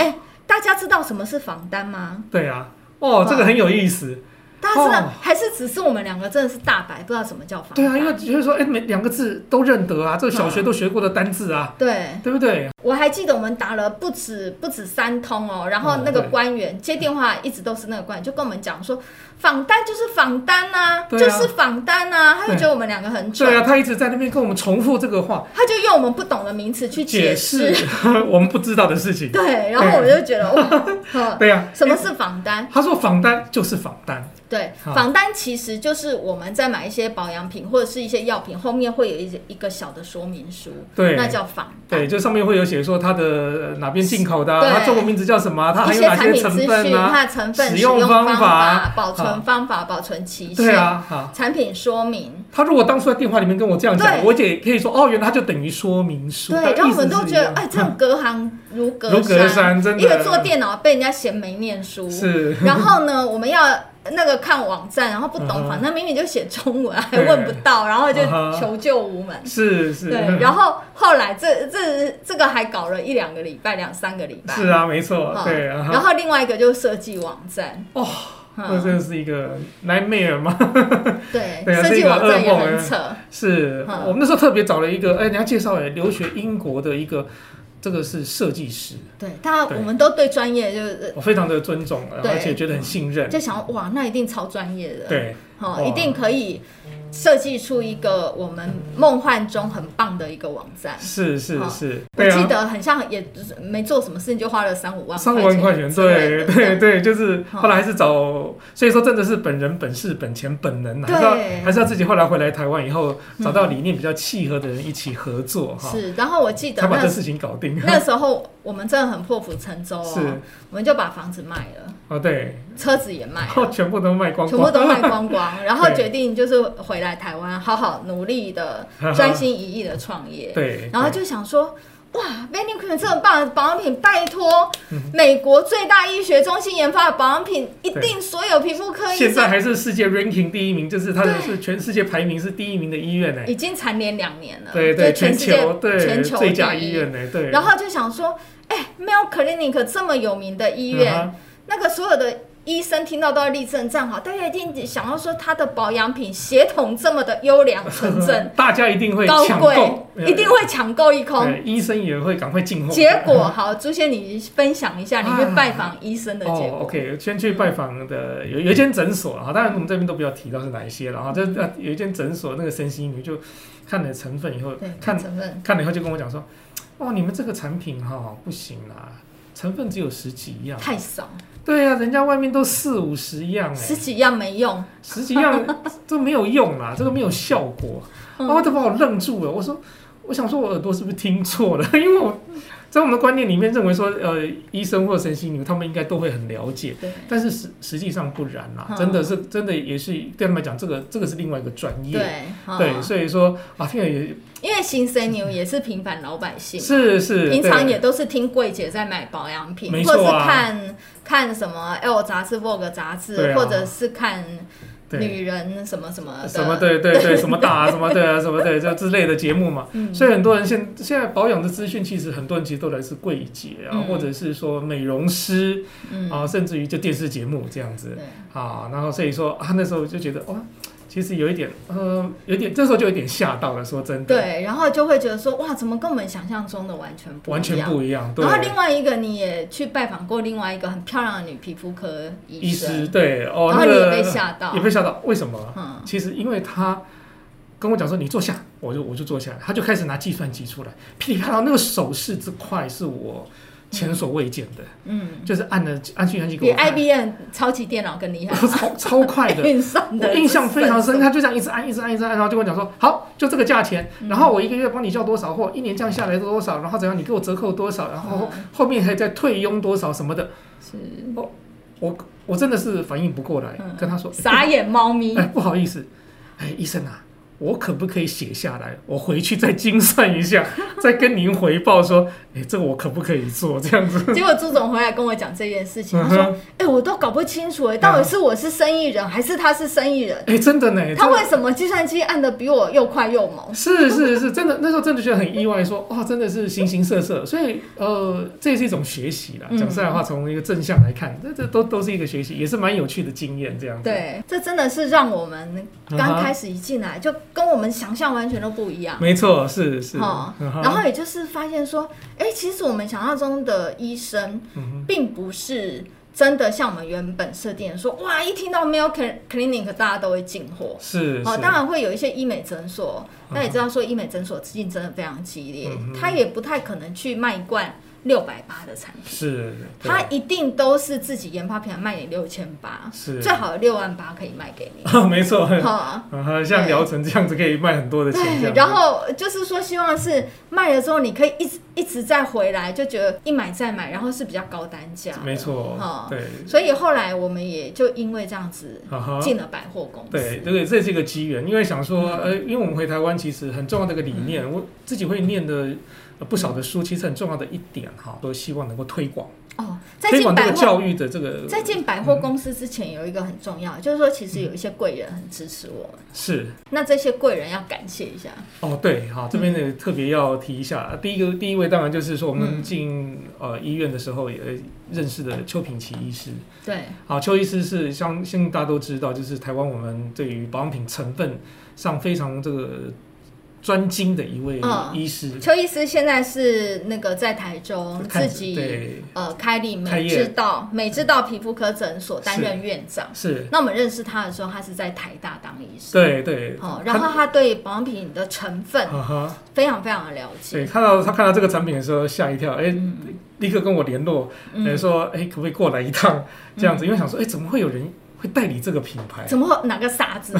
Speaker 2: 哎，大家知道什么是仿单吗？
Speaker 3: 对啊，哦，这个很有意思，
Speaker 2: 大家知道
Speaker 3: 哦
Speaker 2: 还是只是我们两个真的是大白，不知道什么叫仿单？
Speaker 3: 对啊，因为就是说，哎，每两个字都认得啊，这个小学都学过的单字啊，
Speaker 2: 对
Speaker 3: 对不对？
Speaker 2: 我还记得我们打了不止不止三通哦，然后
Speaker 3: 哦
Speaker 2: 那个
Speaker 3: 对
Speaker 2: 官员接电话一直都是那个官员，就跟我们讲说仿单就是仿单呐、
Speaker 3: 对啊
Speaker 2: 就是仿单呐、他就
Speaker 3: 对
Speaker 2: 觉得我们两个很蠢
Speaker 3: 对，啊，他一直在那边跟我们重复这个话，
Speaker 2: 他就用我们不懂的名词去解释。
Speaker 3: 释 我们不知道的事情，
Speaker 2: 对，然后我就觉得 哇，呵
Speaker 3: 对啊，
Speaker 2: 什么是仿单？
Speaker 3: 他说仿单就是仿单，
Speaker 2: 对，
Speaker 3: 好
Speaker 2: 仿单其实就是我们在买一些保养品或者是一些药品，后面会有一一个小的说明书，
Speaker 3: 对
Speaker 2: 那叫仿单。
Speaker 3: 对，就上面会有写说它的呃哪边进口的、啊，
Speaker 2: 啊对
Speaker 3: 它中文名字叫什么啊、它
Speaker 2: 一
Speaker 3: 含有
Speaker 2: 些
Speaker 3: 哪
Speaker 2: 产品
Speaker 3: 成
Speaker 2: 资
Speaker 3: 分
Speaker 2: 讯、
Speaker 3: 啊？
Speaker 2: 它的成分、
Speaker 3: 使
Speaker 2: 使
Speaker 3: 用
Speaker 2: 用
Speaker 3: 方
Speaker 2: 方
Speaker 3: 法
Speaker 2: 保存
Speaker 3: 啊
Speaker 2: 方法、保存期限、
Speaker 3: 对啊，哈。
Speaker 2: 产品说明。
Speaker 3: 他如果当初在电话里面跟我这样
Speaker 2: 对
Speaker 3: 讲，我也可以说哦，原来它就等于说明书。
Speaker 2: 对，
Speaker 3: 但
Speaker 2: 然后
Speaker 3: 意
Speaker 2: 我
Speaker 3: 思
Speaker 2: 们都
Speaker 3: 是一
Speaker 2: 觉得，
Speaker 3: 样
Speaker 2: 哎，这样隔行如隔
Speaker 3: 如隔山真的
Speaker 2: 一个做电脑被人家嫌没念书，
Speaker 3: 是
Speaker 2: 然后呢，我们要那个看网站，然后不
Speaker 3: 嗯
Speaker 2: 懂，
Speaker 3: 哼
Speaker 2: 反正明明就写中文，还
Speaker 3: 对
Speaker 2: 问不到，然后就
Speaker 3: 嗯哼
Speaker 2: 求救无门。
Speaker 3: 是是，
Speaker 2: 对，然后后来这这这个还搞了一两个礼拜，两三个礼拜。
Speaker 3: 是啊，没错，
Speaker 2: 嗯
Speaker 3: 对啊。
Speaker 2: 然后另外一个就是设计网站，
Speaker 3: 哦，这
Speaker 2: 嗯，
Speaker 3: 真的是一个 nightmare 吗？
Speaker 2: 对，
Speaker 3: 对啊
Speaker 2: 设
Speaker 3: 这
Speaker 2: 计
Speaker 3: 个
Speaker 2: 网站也
Speaker 3: 噩梦
Speaker 2: 很
Speaker 3: 哎
Speaker 2: 扯，
Speaker 3: 是
Speaker 2: 嗯
Speaker 3: 我们那时候特别找了一个，哎，你要介绍哎，留学英国的一个，这个是设计师，
Speaker 2: 对，大家
Speaker 3: 对
Speaker 2: 我们都对专业就是
Speaker 3: 我非常的尊重，
Speaker 2: 对
Speaker 3: 而且觉得很信任。
Speaker 2: 就想哇，那一定超专业的，
Speaker 3: 对，
Speaker 2: 哦，
Speaker 3: 哇
Speaker 2: 一定可以设计出一个我们梦幻中很棒的一个网站。
Speaker 3: 是是
Speaker 2: 好
Speaker 3: 是，
Speaker 2: 我
Speaker 3: 对
Speaker 2: 记
Speaker 3: 啊，
Speaker 2: 得很像，也没做什么事情就花了三五万，
Speaker 3: 三万块钱，对对，对，就是
Speaker 2: 好
Speaker 3: 后来还是找，所以说真的是本人本事本钱本能啊，还是
Speaker 2: 对
Speaker 3: 要还是要自己后来回来台湾以后找到理念比较契合的人一起合作哈，
Speaker 2: 是。然后我记得
Speaker 3: 才把
Speaker 2: 那
Speaker 3: 这事情搞定。
Speaker 2: 那时候我们真的很破釜沉舟哦
Speaker 3: 是，
Speaker 2: 我们就把房子卖了，
Speaker 3: 哦对，
Speaker 2: 车子也卖
Speaker 3: 然
Speaker 2: 了，
Speaker 3: 后全部都卖光
Speaker 2: 哎全部
Speaker 3: 光，
Speaker 2: 都卖光光，然后
Speaker 3: 对
Speaker 2: 决定就是回来台湾，好好努力的、专心一意的创业。
Speaker 3: 对，
Speaker 2: 然后
Speaker 3: 对
Speaker 2: 就想说，哇 v a n i c u m 这么棒的保养品，拜托，美国最大医学中心研发的保养品，一定所有皮肤科医
Speaker 3: 现在
Speaker 2: 生
Speaker 3: 还是世界 ranking 第一名，就是它的
Speaker 2: 对
Speaker 3: 是全世界排名是第一名的医院呢，
Speaker 2: 已经蝉联两年了，
Speaker 3: 哎对
Speaker 2: 就
Speaker 3: 对，
Speaker 2: 全
Speaker 3: 全
Speaker 2: 世界
Speaker 3: 球对
Speaker 2: 全球
Speaker 3: 最佳
Speaker 2: 第一
Speaker 3: 医。院呢，对，
Speaker 2: 然后就想说，哎、m a l Clinic 这么有名的医院，
Speaker 3: 嗯哼、
Speaker 2: 那个所有的医生听到都要立正站好，大家一定想要说他的保养品血统这么的优良纯正
Speaker 3: 大家一定 会
Speaker 2: 高
Speaker 3: 抢购，嗯
Speaker 2: 贵，一定会抢购一空。
Speaker 3: 对，医生也会赶快进货。
Speaker 2: 结果好，朱仙，你分享一下你去
Speaker 3: 啊
Speaker 2: 拜访医生的结
Speaker 3: 哦
Speaker 2: 果。
Speaker 3: ，OK，先去拜访的有有一间诊所啊，当然我们这边都不要提到是哪一些了
Speaker 2: 嗯
Speaker 3: 哈。这呃有一间诊所，那个神奇女就看了成分以后
Speaker 2: 对，，
Speaker 3: 看
Speaker 2: 成分
Speaker 3: 看了以后就跟我讲说，哇，你们这个产品哈、不行啦，成分只有十几样。
Speaker 2: 太少，
Speaker 3: 对呀、人家外面都四五十样哎、
Speaker 2: 十几样没用。
Speaker 3: 十几样都没有用 啊啦，这个没有效果，
Speaker 2: 嗯
Speaker 3: 然后都把我愣住了。我说，我想说我耳朵是不是听错了？ 因为我在我们的观念里面认为说，呃，医生或神心女他们应该都会很了解，
Speaker 2: 对，
Speaker 3: 但是实实际上不然啦，
Speaker 2: 嗯
Speaker 3: 真的是真的也是对他们来讲，这个这个是另外一个专业。
Speaker 2: 对，嗯
Speaker 3: 对，所以说啊，听了也
Speaker 2: 因为新生牛也是平凡老百姓，
Speaker 3: 是是，
Speaker 2: 平常
Speaker 3: 对
Speaker 2: 也都是听柜姐在买保养品，
Speaker 3: 没
Speaker 2: 或
Speaker 3: 错
Speaker 2: 者
Speaker 3: 啊
Speaker 2: 是看看什么 L 杂志、Vogue 杂志，
Speaker 3: 对啊
Speaker 2: 或者是看
Speaker 3: 对
Speaker 2: 女人什么什么呃的。
Speaker 3: 什么对对 对，什么大啊，什么对啊，什么对这之类的节目嘛。
Speaker 2: 嗯
Speaker 3: 所以很多人现现在保养的资讯，其实很多人其实都来自柜姐啊
Speaker 2: 嗯，
Speaker 3: 或者是说美容师
Speaker 2: 嗯，
Speaker 3: 啊，甚至于就电视节目这样子
Speaker 2: 对，
Speaker 3: 啊。然后所以说啊，那时候就觉得哇，其实有一点呃，有点这时候就有点吓到了，说真的，
Speaker 2: 对，然后就会觉得说，哇，怎么跟我们想象中的完全不一样？
Speaker 3: 完全不一样。对
Speaker 2: 然，后另外一个，你也去拜访过另外一个很漂亮的女皮肤科医
Speaker 3: 医
Speaker 2: 生，
Speaker 3: 师对哦，
Speaker 2: 然后
Speaker 3: 那
Speaker 2: 你也
Speaker 3: 个
Speaker 2: 被吓到
Speaker 3: 也，被吓到，为什么？
Speaker 2: 嗯，
Speaker 3: 其实因为他跟我讲说你坐下，我就我就坐下来，他就开始拿计算机出来，噼里啪啦那个手势之快是我前所未见的，
Speaker 2: 嗯，
Speaker 3: 就是按了按计算机给
Speaker 2: 比
Speaker 3: 我看
Speaker 2: IBM 超级电脑更厉害，
Speaker 3: 超超快 的。
Speaker 2: 运算
Speaker 3: 我
Speaker 2: 的
Speaker 3: 印象非常深，
Speaker 2: 是
Speaker 3: 他就这样一直按，一直按，一直按，然后就跟我讲说，好，就这个价钱，
Speaker 2: 嗯
Speaker 3: 然后我一个月帮你交多少，或一年这样下来多少，然后怎样，你给我折扣多少，然后后面还再退佣多少什么的，
Speaker 2: 嗯是
Speaker 3: 我我真的是反应不过来
Speaker 2: 嗯，
Speaker 3: 跟他说，
Speaker 2: 傻眼猫咪
Speaker 3: 哎，，不好意思，哎，医生啊，我可不可以写下来？我回去再精算一下， 再跟您回报说，哎，这个我可不可以做？这样 子，
Speaker 2: 结果朱总回来跟我讲这件事情，他
Speaker 3: 嗯
Speaker 2: 说
Speaker 3: 哼：“嗯
Speaker 2: 哎、我都搞不清楚、哎，到底是我是生意人，还是他是生意人？
Speaker 3: 哎，真的呢，
Speaker 2: 他
Speaker 3: 真的
Speaker 2: 为什么计算机按的比我又快又猛？
Speaker 3: 是是是，真的，那时候真的觉得很意外 说，哇，真的是形形色色，所以呃，这也是一种学习啦。
Speaker 2: 嗯
Speaker 3: 讲实在话，从一个正向来看，这这都都是一个学习，也是蛮有趣的经验这样子。，
Speaker 2: 对，这真的是让我们刚开始一进来就跟我们想象完全都不一样。”
Speaker 3: 没错，是嗯是。
Speaker 2: 哦，
Speaker 3: 嗯哼
Speaker 2: 然后也就是发现说，哎，其实我们想象中的医生，
Speaker 3: 嗯
Speaker 2: 并不是真的像我们原本设定的说，哇，一听到 Mayo Clinic 大家都会进货，
Speaker 3: 是
Speaker 2: 哦，
Speaker 3: 是嗯
Speaker 2: 当然会有一些医美诊所，那也知道说医美诊所竞争的非常激烈，他也不太可能去卖一罐六百八的产品，
Speaker 3: 是，对
Speaker 2: 他一定都是自己研发品牌卖你六千八，
Speaker 3: 是哦
Speaker 2: 最好六万八可以卖给 你。
Speaker 3: 没错，
Speaker 2: 好，
Speaker 3: 嗯哼像疗程这样子可以卖很多的钱这
Speaker 2: 对，
Speaker 3: 样子。
Speaker 2: 然后就是说，希望是卖了之后，你可以一直一直再回来，就觉得一买再买，然后是比较高单价的。
Speaker 3: 没错
Speaker 2: 哈，
Speaker 3: 对，
Speaker 2: 所以后来我们也就因为这样子
Speaker 3: 啊哈。
Speaker 2: 进嗯了百货公司。
Speaker 3: 对，这个这是一个机缘，因为想说，呃，因为我们回台湾其实很重要的一个理念，
Speaker 2: 嗯
Speaker 3: 我自己会念的呃不少的书，其实很重要的一点哈，都希望能够推广，
Speaker 2: 哦，在
Speaker 3: 推
Speaker 2: 进
Speaker 3: 广这
Speaker 2: 百
Speaker 3: 个
Speaker 2: 货
Speaker 3: 教育的这个
Speaker 2: 在进百货公司之前，有一个很重要，就是说其实有一些贵人很支持我们，
Speaker 3: 是
Speaker 2: 那这些贵人要感谢一下。
Speaker 3: 哦，对，好，这边呢
Speaker 2: 嗯
Speaker 3: 特别要提一下，呃第一个第一位当然就是说我们进呃医院的时候也认识的邱品琪医师，
Speaker 2: 对，
Speaker 3: 好，啊邱医师是相相信大家都知道，就是台湾我们对于保养品成分上非常这个。专精的一位
Speaker 2: 嗯
Speaker 3: 医师，
Speaker 2: 邱医师现在是那个在台中自
Speaker 3: 看
Speaker 2: 己
Speaker 3: 对
Speaker 2: 呃开立
Speaker 3: 开
Speaker 2: 美
Speaker 3: 业
Speaker 2: 智道美智道皮肤科诊所担任院长。
Speaker 3: 是，
Speaker 2: 那我们认识他的时候，他是在台大当医师。
Speaker 3: 对对，
Speaker 2: 哦，然后他对保养品的成分
Speaker 3: 啊哈。
Speaker 2: 非常非常的了解。
Speaker 3: 对，看到他看到这个产品的时候吓一跳，哎、
Speaker 2: 嗯
Speaker 3: 立刻跟我联络，哎、说，哎、可不可以过来一趟？
Speaker 2: 嗯
Speaker 3: 这样子，因为想说，哎、怎么会有人会代理这个品牌？
Speaker 2: 怎么会哪个傻 子？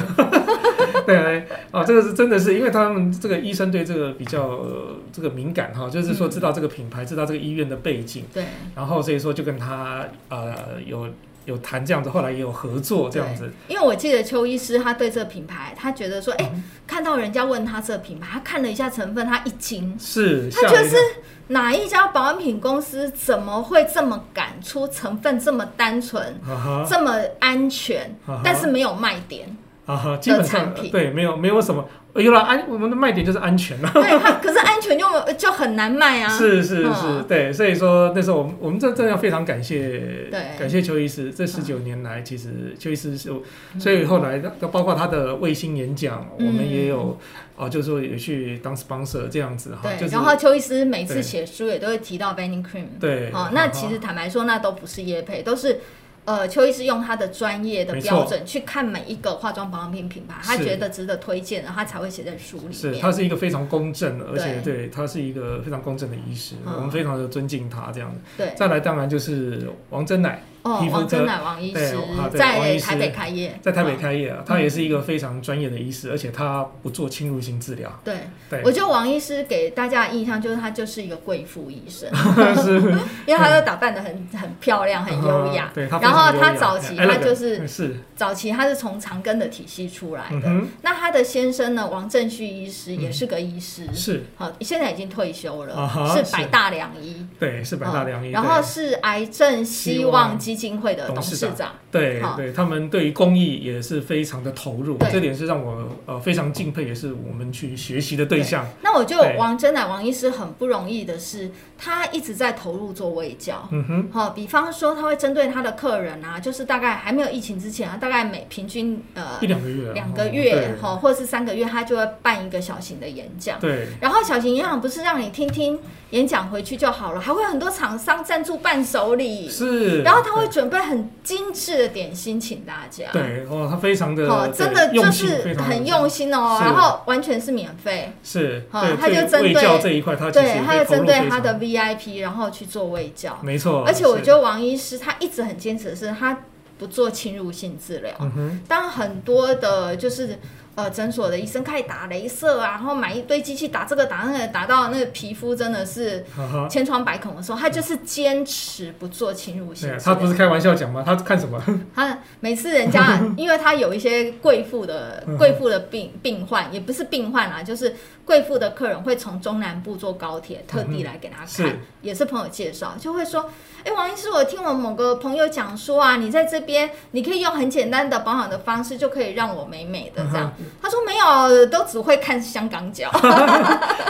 Speaker 3: 对，哦，这个是真的是，因为他们这个医生对这个比较、呃这个敏感哈，就是
Speaker 2: 嗯
Speaker 3: 说知道这个品牌，知道这个医院的背景，
Speaker 2: 对，
Speaker 3: 然后所以说就跟他呃有有谈这样子，后来也有合作这样子，
Speaker 2: 因为我记得邱医师他对这个品牌，他觉得说，哎、
Speaker 3: 嗯
Speaker 2: 看到人家问他这个品牌，他看了一下成分，他一惊，
Speaker 3: 是
Speaker 2: 他
Speaker 3: 吓
Speaker 2: 就
Speaker 3: 了一
Speaker 2: 是
Speaker 3: 跳，
Speaker 2: 哪一家保养品公司怎么会这么敢出成分这么单纯、
Speaker 3: 啊哈
Speaker 2: 这么安全
Speaker 3: 啊哈，
Speaker 2: 但是没有卖点？
Speaker 3: 啊哈，基本上
Speaker 2: 产品
Speaker 3: 对，没有没有什么，有了安，我们的卖点就是安全了。
Speaker 2: 对，他可是安全就就很难卖啊。
Speaker 3: 是是是
Speaker 2: 嗯，
Speaker 3: 对，所以说那时候我们我们这真的要非常感谢，
Speaker 2: 对嗯
Speaker 3: 感谢邱医师。这十九年来，其实邱医师是，所以后来包括他的卫星演讲，我
Speaker 2: 嗯
Speaker 3: 们也有啊，就是说也去当 sponsor 这样子哈，
Speaker 2: 对，
Speaker 3: 啊就是
Speaker 2: 然后邱医师每
Speaker 3: 对
Speaker 2: 次写书也都会提到 Benny Cream。
Speaker 3: 对，
Speaker 2: 哦
Speaker 3: 啊，
Speaker 2: 那其实坦白说，那都不是业配，都是呃，邱医师用他的专业的
Speaker 3: 没错
Speaker 2: 标准去看每一个化妆保养品品牌，他
Speaker 3: 是
Speaker 2: 觉得值得推荐，然后他才会写在书里
Speaker 3: 是
Speaker 2: 面。
Speaker 3: 他是一个非常公正的，而且
Speaker 2: 对
Speaker 3: 对他是一个非常公正的医师，
Speaker 2: 嗯
Speaker 3: 我们非常的尊敬他这样子。
Speaker 2: 对，
Speaker 3: 再来，当然就是王真乃
Speaker 2: 哦
Speaker 3: 皮，肤科
Speaker 2: 王真乃王医师
Speaker 3: 对啊对王
Speaker 2: 在
Speaker 3: 医师
Speaker 2: 台北开业，
Speaker 3: 在台北
Speaker 2: 嗯。
Speaker 3: 开业啊，他也是一个非常专业的医师，而且他不做侵入性治疗，
Speaker 2: 对，
Speaker 3: 对
Speaker 2: 我，觉得王医师给大家的印象就是他就是一个贵妇医生，
Speaker 3: 是。
Speaker 2: 因为他
Speaker 3: 嗯
Speaker 2: 都打扮的很很漂亮，很优雅
Speaker 3: 啊。 对，他
Speaker 2: 然后
Speaker 3: 非
Speaker 2: 他
Speaker 3: 常优雅
Speaker 2: 早期
Speaker 3: elegant，
Speaker 2: 他就是
Speaker 3: 嗯是，
Speaker 2: 早期他是从长庚的体系出来
Speaker 3: 嗯
Speaker 2: 的，
Speaker 3: 哼，嗯
Speaker 2: 那他的先生呢，王正旭医师也是个医师，
Speaker 3: 是，
Speaker 2: 好，现在已经退休了，
Speaker 3: 啊哈
Speaker 2: 是百大良医，
Speaker 3: 对，是百大良医，
Speaker 2: 嗯然后是癌症希望基金会的
Speaker 3: 董
Speaker 2: 董
Speaker 3: 事
Speaker 2: 事
Speaker 3: 长
Speaker 2: 长，
Speaker 3: 对对
Speaker 2: 好
Speaker 3: 对，他们对于公益也是非常的投入，
Speaker 2: 对
Speaker 3: 这点是让我呃非常敬佩，也是我们去学习的对象。
Speaker 2: 那我就
Speaker 3: 对
Speaker 2: 王真乃王医师很不容易的是，他一直在投入做卫教。
Speaker 3: 嗯哼，
Speaker 2: 好、比方说他会针对他的客人啊，就是大概还没有疫情之前啊，大概每平均呃
Speaker 3: 一两个月啊，
Speaker 2: 两个
Speaker 3: 哦
Speaker 2: 月哈、或者是三个月，他就会办一个小型的演讲。
Speaker 3: 对对
Speaker 2: 然后小型演讲不是让你听听演讲回去就好了，还会很多厂商赞助伴手礼，
Speaker 3: 是，啊
Speaker 2: 然后他会准备很精致的点心请大家。
Speaker 3: 对哦，他非常的
Speaker 2: 哦，
Speaker 3: 对
Speaker 2: 啊真的就
Speaker 3: 用心
Speaker 2: 是
Speaker 3: 非常
Speaker 2: 很
Speaker 3: 心
Speaker 2: 用心哦，
Speaker 3: 是
Speaker 2: 然后完全是免费，
Speaker 3: 是，
Speaker 2: 哦
Speaker 3: 对，
Speaker 2: 他就
Speaker 3: 对
Speaker 2: 针
Speaker 3: 卫
Speaker 2: 对
Speaker 3: 教这一块，他其实
Speaker 2: 对，他就
Speaker 3: 投入
Speaker 2: 针对他
Speaker 3: 非常
Speaker 2: 的 VIP，然后去做卫教。
Speaker 3: 没错，
Speaker 2: 而且我
Speaker 3: 是
Speaker 2: 觉得王医师他一直很坚持的是，他不做侵入性治疗。
Speaker 3: 嗯哼，
Speaker 2: 当很多的就是呃诊所的医生开始打镭射啊，然后买一堆机器打这个打那个，打到那个皮肤真的是
Speaker 3: 哈哈。
Speaker 2: 千疮百孔的时候，他就是坚持不做侵入性
Speaker 3: 对
Speaker 2: 治
Speaker 3: 啊
Speaker 2: 疗。
Speaker 3: 他不是开玩笑讲吗？ 他看什么？
Speaker 2: 他每次人 家，因为他有一些贵妇的
Speaker 3: 嗯
Speaker 2: 贵妇的病病患，也不是病患啦，就是贵妇的客人会从中南部坐高铁特地来给他看，
Speaker 3: 嗯是
Speaker 2: 也是朋友介绍，就会说，哎，王医师，我听我某个朋友讲说啊，你在这边你可以用很简单的保养的方式就可以让我美美
Speaker 3: 嗯
Speaker 2: 的这样。他说没有，都只会看香港脚。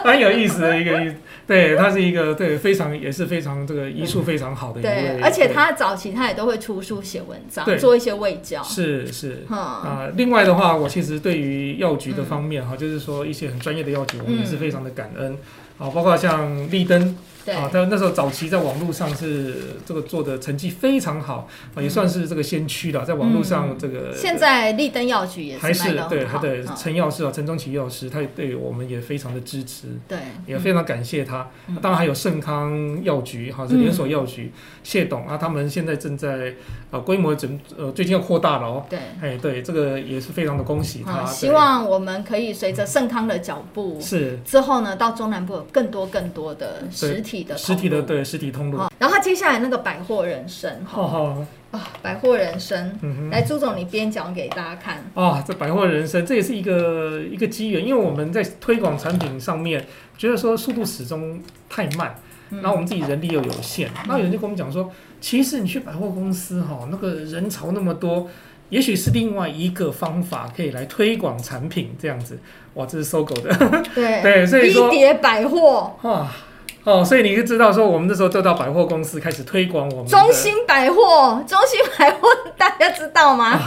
Speaker 3: 蛮有意思的一个意思，对，他是一个对非常也是非常这个医术非常好的一位
Speaker 2: 对，，而且他早期他也都会出书写文章
Speaker 3: 对，
Speaker 2: 做一些卫教。
Speaker 3: 是是。
Speaker 2: 嗯，
Speaker 3: 啊、另外的话，我其实对于药局的方面哈、就是说一些很专业的药局，我们也
Speaker 2: 嗯
Speaker 3: 是非常的感恩。啊，包括像立登
Speaker 2: 对，
Speaker 3: 啊，他那时候早期在网络上是这个做的成绩非常好，啊，也算是这个先驱了，在网络上这个、
Speaker 2: 嗯现在立登药局也
Speaker 3: 还
Speaker 2: 卖
Speaker 3: 是
Speaker 2: 的
Speaker 3: 对
Speaker 2: 很
Speaker 3: 他
Speaker 2: 好。
Speaker 3: 的
Speaker 2: 嗯
Speaker 3: 陈药师啊，陈宗奇药师，他也对我们也非常的支持。
Speaker 2: 对，嗯
Speaker 3: 也非常感谢他。当然还有盛康药局哈，是连锁药局、谢董啊，他们现在正在呃规模整呃最近要扩大了哦。
Speaker 2: 对，
Speaker 3: 哎，对，这个也是非常的恭喜他。
Speaker 2: 好，
Speaker 3: 对
Speaker 2: 啊希望我们可以随着盛康的脚步，
Speaker 3: 是
Speaker 2: 之后呢，到中南部有更多更多的实体的
Speaker 3: 实体的
Speaker 2: 通路。
Speaker 3: 对实体通路。
Speaker 2: 好，然后接下来那个百货人生哈
Speaker 3: 哈哈，
Speaker 2: 啊，百货人生，
Speaker 3: 嗯
Speaker 2: 来朱总你边讲给大家看，
Speaker 3: 哼，啊，这百货人生这也是一个一个机缘，因为我们在推广产品上面，觉得说速度始终太慢，
Speaker 2: 嗯
Speaker 3: 然后我们自己人力又有限，那有人就跟我们讲说，其实你去百货公司哈、那个人潮那么多，也许是另外一个方法可以来推广产品这样子。哇，这是搜狗的，
Speaker 2: 对
Speaker 3: 对所以说
Speaker 2: 一叠百货，
Speaker 3: 哇，哦，所以你就知道说，我们那时候就到百货公司开始推广我们的
Speaker 2: 中，兴百货，中兴百货大家知道 吗？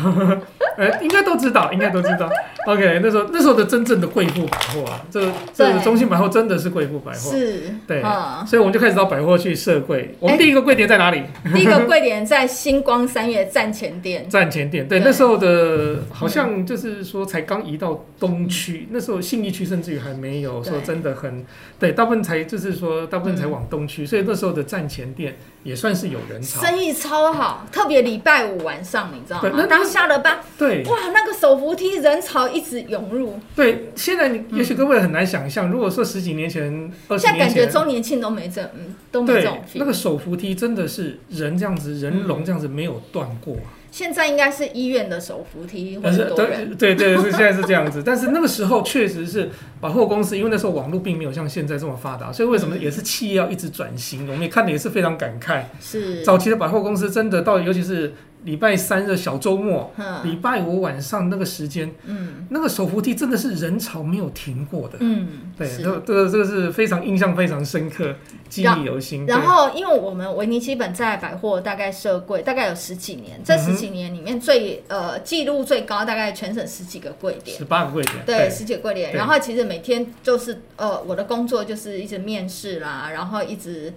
Speaker 3: 呃，应该都知道，应该都知道。OK，那时候那时候的真正的贵妇百货啊，这这
Speaker 2: 对
Speaker 3: 中兴百货真的是贵妇百货，
Speaker 2: 是，
Speaker 3: 对
Speaker 2: 嗯，
Speaker 3: 所以我们就开始到百货去设柜。我们
Speaker 2: 哎
Speaker 3: 第一个柜点在哪里？
Speaker 2: 第一个柜点在星光三月站前 店，
Speaker 3: 站前店。对，
Speaker 2: 对
Speaker 3: 那时候的好像就是说才刚移到东区，那时候信义区甚至于还没有
Speaker 2: 对
Speaker 3: 说真的很对，大部分才就是说大部分才往东区，所以那时候的站前店也算是有人潮。
Speaker 2: 生意超好，特别礼拜五晚上，你知道
Speaker 3: 对那
Speaker 2: 吗？刚下了班，
Speaker 3: 对
Speaker 2: 哇，那个手扶梯人潮一直涌入，
Speaker 3: 对，现在你也许各位很难想象，如果说十几年前、二十
Speaker 2: 现在
Speaker 3: 年
Speaker 2: 感觉
Speaker 3: 前。
Speaker 2: 周年庆都没这，嗯，都没这
Speaker 3: 对
Speaker 2: 种，
Speaker 3: 那
Speaker 2: feel。
Speaker 3: 个手扶梯真的是人这样子，人龙这样子没有断过、啊。
Speaker 2: 现在应该是医院的手扶梯， 会
Speaker 3: 但是
Speaker 2: 很多人。
Speaker 3: 对 对对，是现在是这样子。但是那个时候确实是百货公司，因为那时候网络并没有像现在这么发达，所以为什
Speaker 2: 嗯
Speaker 3: 么也是企业要一直转型？我们也看的也是非常感慨。
Speaker 2: 是，
Speaker 3: 早期的百货公司真的到，尤其是礼拜三的小周末，
Speaker 2: 嗯
Speaker 3: 礼拜五晚上那个时间，
Speaker 2: 嗯
Speaker 3: 那个手扶梯真的是人潮没有停过的。
Speaker 2: 嗯，
Speaker 3: 对，
Speaker 2: 是
Speaker 3: 这个这个这个是非常印象非常深刻，记忆犹新。
Speaker 2: 然后，因为我们维尼基本在百货大概设柜，大概有十几年，这十几年里面最、呃记录最高，大概全省十几个柜点。
Speaker 3: 十八个柜点，
Speaker 2: 对，十几个柜点，
Speaker 3: 对
Speaker 2: 然后其实每天就是呃，我的工作就是一直面试啦，然后一直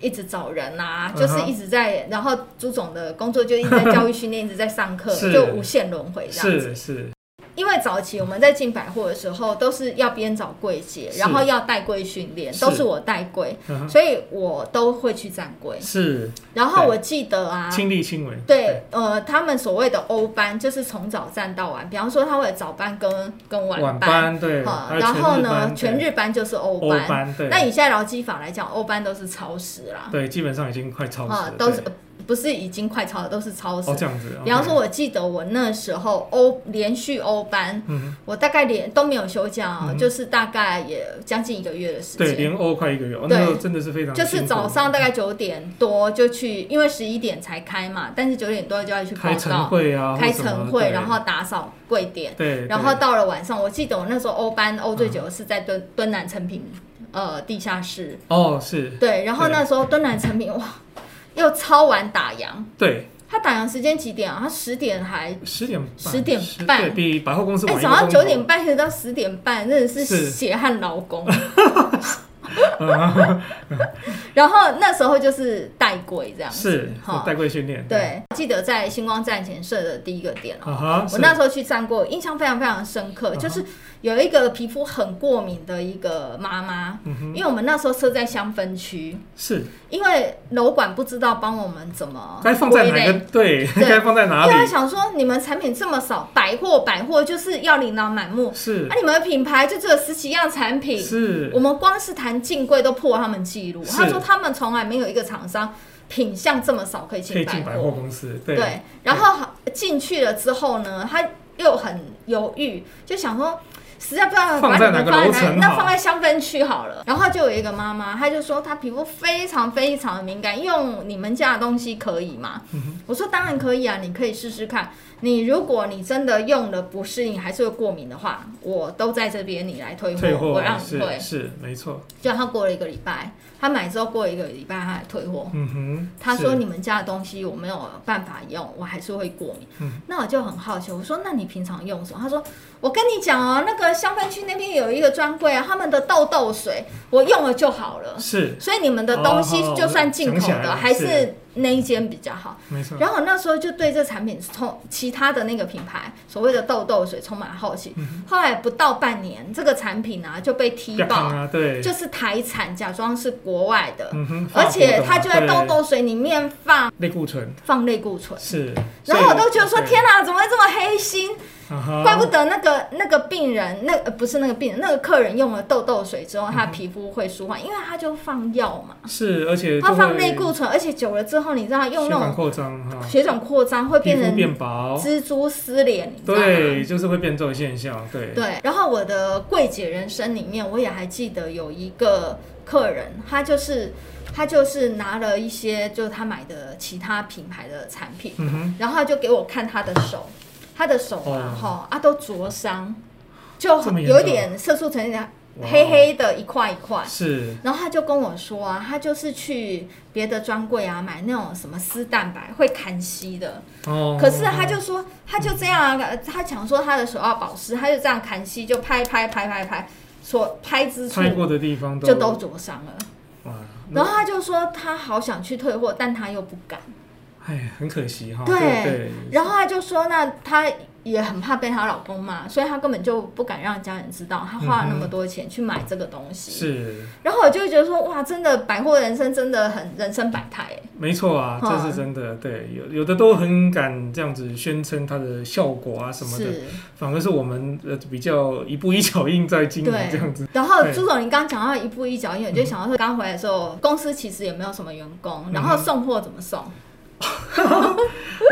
Speaker 2: 一直找人啦、
Speaker 3: 嗯哼
Speaker 2: 就是一直在，然后朱总的工作就一直在教育训练，一直在上课，
Speaker 3: 是
Speaker 2: 就无限轮回这样子。
Speaker 3: 是是，
Speaker 2: 因为早期我们在进百货的时候，都是要边找柜姐，
Speaker 3: 是
Speaker 2: 然后要带柜训练，
Speaker 3: 是
Speaker 2: 都是我带柜，
Speaker 3: 嗯哼
Speaker 2: 所以我都会去站柜。
Speaker 3: 是
Speaker 2: 然后
Speaker 3: 对
Speaker 2: 我记得啊，
Speaker 3: 亲力亲为。
Speaker 2: 对，呃，他们所谓的欧班就是从早站到晚，比方说他会有早班跟跟
Speaker 3: 对，
Speaker 2: 晚
Speaker 3: 晚班对，
Speaker 2: 好，
Speaker 3: 还有
Speaker 2: 然后
Speaker 3: 全日
Speaker 2: 呢，
Speaker 3: 班
Speaker 2: 全
Speaker 3: 对
Speaker 2: 日班就是欧
Speaker 3: 欧
Speaker 2: 班。
Speaker 3: 班对，
Speaker 2: 那以现在劳基法来讲，欧班都是超时啦，
Speaker 3: 对，基本上已经快超时了，
Speaker 2: 啊，都是
Speaker 3: 对
Speaker 2: 不是已经快超了，都是超时
Speaker 3: 哦。这样子。
Speaker 2: 比方说，，我记得我那时候欧连续欧班，
Speaker 3: 嗯，
Speaker 2: 我大概连都没有休假哦，
Speaker 3: 嗯
Speaker 2: 就是大概也将近一个月的时
Speaker 3: 对，
Speaker 2: 间。
Speaker 3: 连欧快一个月，哦
Speaker 2: 对
Speaker 3: 那时候真的是非常
Speaker 2: 就
Speaker 3: 辛
Speaker 2: 是
Speaker 3: 苦
Speaker 2: 早上大
Speaker 3: 嗯
Speaker 2: 概九点多就去，因为十一点才开嘛，但是九点多就要去报
Speaker 3: 开晨
Speaker 2: 道、
Speaker 3: 会啊，
Speaker 2: 开
Speaker 3: 或什么
Speaker 2: 晨会，
Speaker 3: 对
Speaker 2: 然后打扫柜点，
Speaker 3: 对，
Speaker 2: 然后
Speaker 3: 对嗯
Speaker 2: 到了晚上，我记得我那时候欧班欧最久是在敦、敦南成品呃地下室，
Speaker 3: 哦是，
Speaker 2: 对，然后
Speaker 3: 对
Speaker 2: 那时候敦南成品哇，又超晚打烊，
Speaker 3: 对，
Speaker 2: 他打烊时间几点啊？他十点还。
Speaker 3: 十点半
Speaker 2: 10点
Speaker 3: 10
Speaker 2: 半
Speaker 3: 对比百货公司
Speaker 2: 哎、
Speaker 3: 晚一个
Speaker 2: 早上
Speaker 3: 钟头
Speaker 2: 九点，半一直到十点半，真的是
Speaker 3: 是
Speaker 2: 血汗劳 工。然后那时候就是带鬼这样子，
Speaker 3: 是
Speaker 2: 哈
Speaker 3: 带柜训练，
Speaker 2: 对，记得在星光站前设的第一个点哦，
Speaker 3: 啊哈，
Speaker 2: 我
Speaker 3: 是嗯
Speaker 2: 那时候去站过，印象非常非常深刻，就是有一个皮肤很过敏的一个妈妈，
Speaker 3: 嗯
Speaker 2: 因为我们那时候设在香氛区，
Speaker 3: 是
Speaker 2: 因为楼管不知道帮我们怎么
Speaker 3: 该放在
Speaker 2: 归
Speaker 3: 哪
Speaker 2: 类
Speaker 3: 个对，
Speaker 2: 对啊
Speaker 3: 该放在哪
Speaker 2: 因为他
Speaker 3: 里
Speaker 2: 想说你们产品这么少，百货百货就是要琳琅满目，
Speaker 3: 是
Speaker 2: 啊，你们的品牌就只有十几样产品，
Speaker 3: 是
Speaker 2: 我们光是谈进柜都破他们记录，
Speaker 3: 是
Speaker 2: 他说他们从来没有一个厂商品相这么少可以
Speaker 3: 可以
Speaker 2: 进
Speaker 3: 进百
Speaker 2: 百
Speaker 3: 货
Speaker 2: 货。
Speaker 3: 公司，
Speaker 2: 对，然后好进去了之后呢，他又很犹豫，就想说。实在不知道把
Speaker 3: 放
Speaker 2: 你
Speaker 3: 在
Speaker 2: 们
Speaker 3: 哪个
Speaker 2: 放
Speaker 3: 楼
Speaker 2: 在哪里
Speaker 3: 层
Speaker 2: 那
Speaker 3: 好
Speaker 2: 放在香氛区好了。然后就有一个妈妈，她就说她皮肤非常非常的敏感，用你们家的东西可以吗？
Speaker 3: 嗯
Speaker 2: 我说当然可以啊，你可以试试看。你如果你真的用了不适应，还是会过敏的话，我都在这边，你来退货，
Speaker 3: 退货
Speaker 2: 我让你
Speaker 3: 是
Speaker 2: 退。
Speaker 3: 是没错，
Speaker 2: 就她过了一个礼拜，她买之后过了一个礼拜，她还退货。
Speaker 3: 嗯哼，
Speaker 2: 他
Speaker 3: 是
Speaker 2: 说你们家的东西我没有办法用，我还是会过敏。
Speaker 3: 嗯
Speaker 2: 那我就很好奇，我说那你平常用什么？他说我跟你讲哦，那个香氛区那边有一个专柜啊，他们的痘痘水我用了就好了。
Speaker 3: 是
Speaker 2: 所以你们的东西
Speaker 3: 哦
Speaker 2: 就算进口
Speaker 3: 想起
Speaker 2: 的，
Speaker 3: 来了
Speaker 2: 还是
Speaker 3: 是嗯
Speaker 2: 那一间比较好。
Speaker 3: 没错，
Speaker 2: 然后我那时候就对这产品充其他的那个品牌所谓的痘痘水充满好奇。
Speaker 3: 嗯
Speaker 2: 后来不到半年，这个产品啊就被踢
Speaker 3: 要看
Speaker 2: 爆，
Speaker 3: 啊，对，
Speaker 2: 就是台产假装是国外的，
Speaker 3: 嗯哼，
Speaker 2: 而且
Speaker 3: 他
Speaker 2: 它就在痘痘水里面放
Speaker 3: 类固醇
Speaker 2: 放类固醇，
Speaker 3: 是，
Speaker 2: 然后我都觉得说天
Speaker 3: 哪，
Speaker 2: 哪，怎么会这么黑心？怪
Speaker 3: 怪
Speaker 2: 不得那个那个病人，那、呃、不是那个病人，那个客人用了痘痘水
Speaker 3: 嗯
Speaker 2: 之后，他皮肤会舒缓，因为他就放药嘛，
Speaker 3: 是，而且
Speaker 2: 他
Speaker 3: 就
Speaker 2: 放
Speaker 3: 会
Speaker 2: 类固醇，而且久了之后，你知道他用
Speaker 3: 血
Speaker 2: 那
Speaker 3: 管
Speaker 2: 种
Speaker 3: 扩张哈，
Speaker 2: 血肿扩张会
Speaker 3: 皮
Speaker 2: 变
Speaker 3: 肤
Speaker 2: 成
Speaker 3: 变薄，
Speaker 2: 蜘蛛丝脸，你知道吗？
Speaker 3: 对，就是会变皱现象，对，
Speaker 2: 对，然后我的柜姐人生里面，我也还记得有一个客人，他就是他就是拿了一些就是他买的其他品牌的产品，
Speaker 3: 嗯哼，
Speaker 2: 然后他就给我看他的手，他的手啊，
Speaker 3: 哦
Speaker 2: 哈、啊都灼伤，就
Speaker 3: 这么严
Speaker 2: 有
Speaker 3: 重
Speaker 2: 点色素沉淀，
Speaker 3: 哇哦
Speaker 2: 黑黑的一块一块。
Speaker 3: 是
Speaker 2: 然后他就跟我说啊，他就是去别的专柜啊买那种什么丝蛋白会砍锡的，
Speaker 3: 哦。
Speaker 2: 可是他就说他就这样啊，他想说他的手要保湿，他就这样砍锡就拍拍拍拍拍，所拍之处
Speaker 3: 拍嗯过的地方都
Speaker 2: 就都灼伤了。
Speaker 3: 哇，那
Speaker 2: 然后他就说他好想去退货，但他又不敢。
Speaker 3: 哎，很可惜哈。
Speaker 2: 对
Speaker 3: 对
Speaker 2: 然后他就说，那她也很怕被她老公骂，所以她根本就不敢让家人知道她花了那么多钱去买这个东西。
Speaker 3: 是
Speaker 2: 然后我就会觉得说，哇，真的百货人生真的很人生百态欸。
Speaker 3: 没错啊，
Speaker 2: 嗯
Speaker 3: 这是真的。对，有有的都很敢这样子宣称它的效果啊什么的，
Speaker 2: 是，
Speaker 3: 反而是我们呃比较一步一脚印在经营
Speaker 2: 对
Speaker 3: 这样子。
Speaker 2: 然后
Speaker 3: 对嗯
Speaker 2: 朱总，你刚刚讲到一步一脚印，我就想到说，刚回来的时候，公司其实也没有什么员工，然后送货怎么送，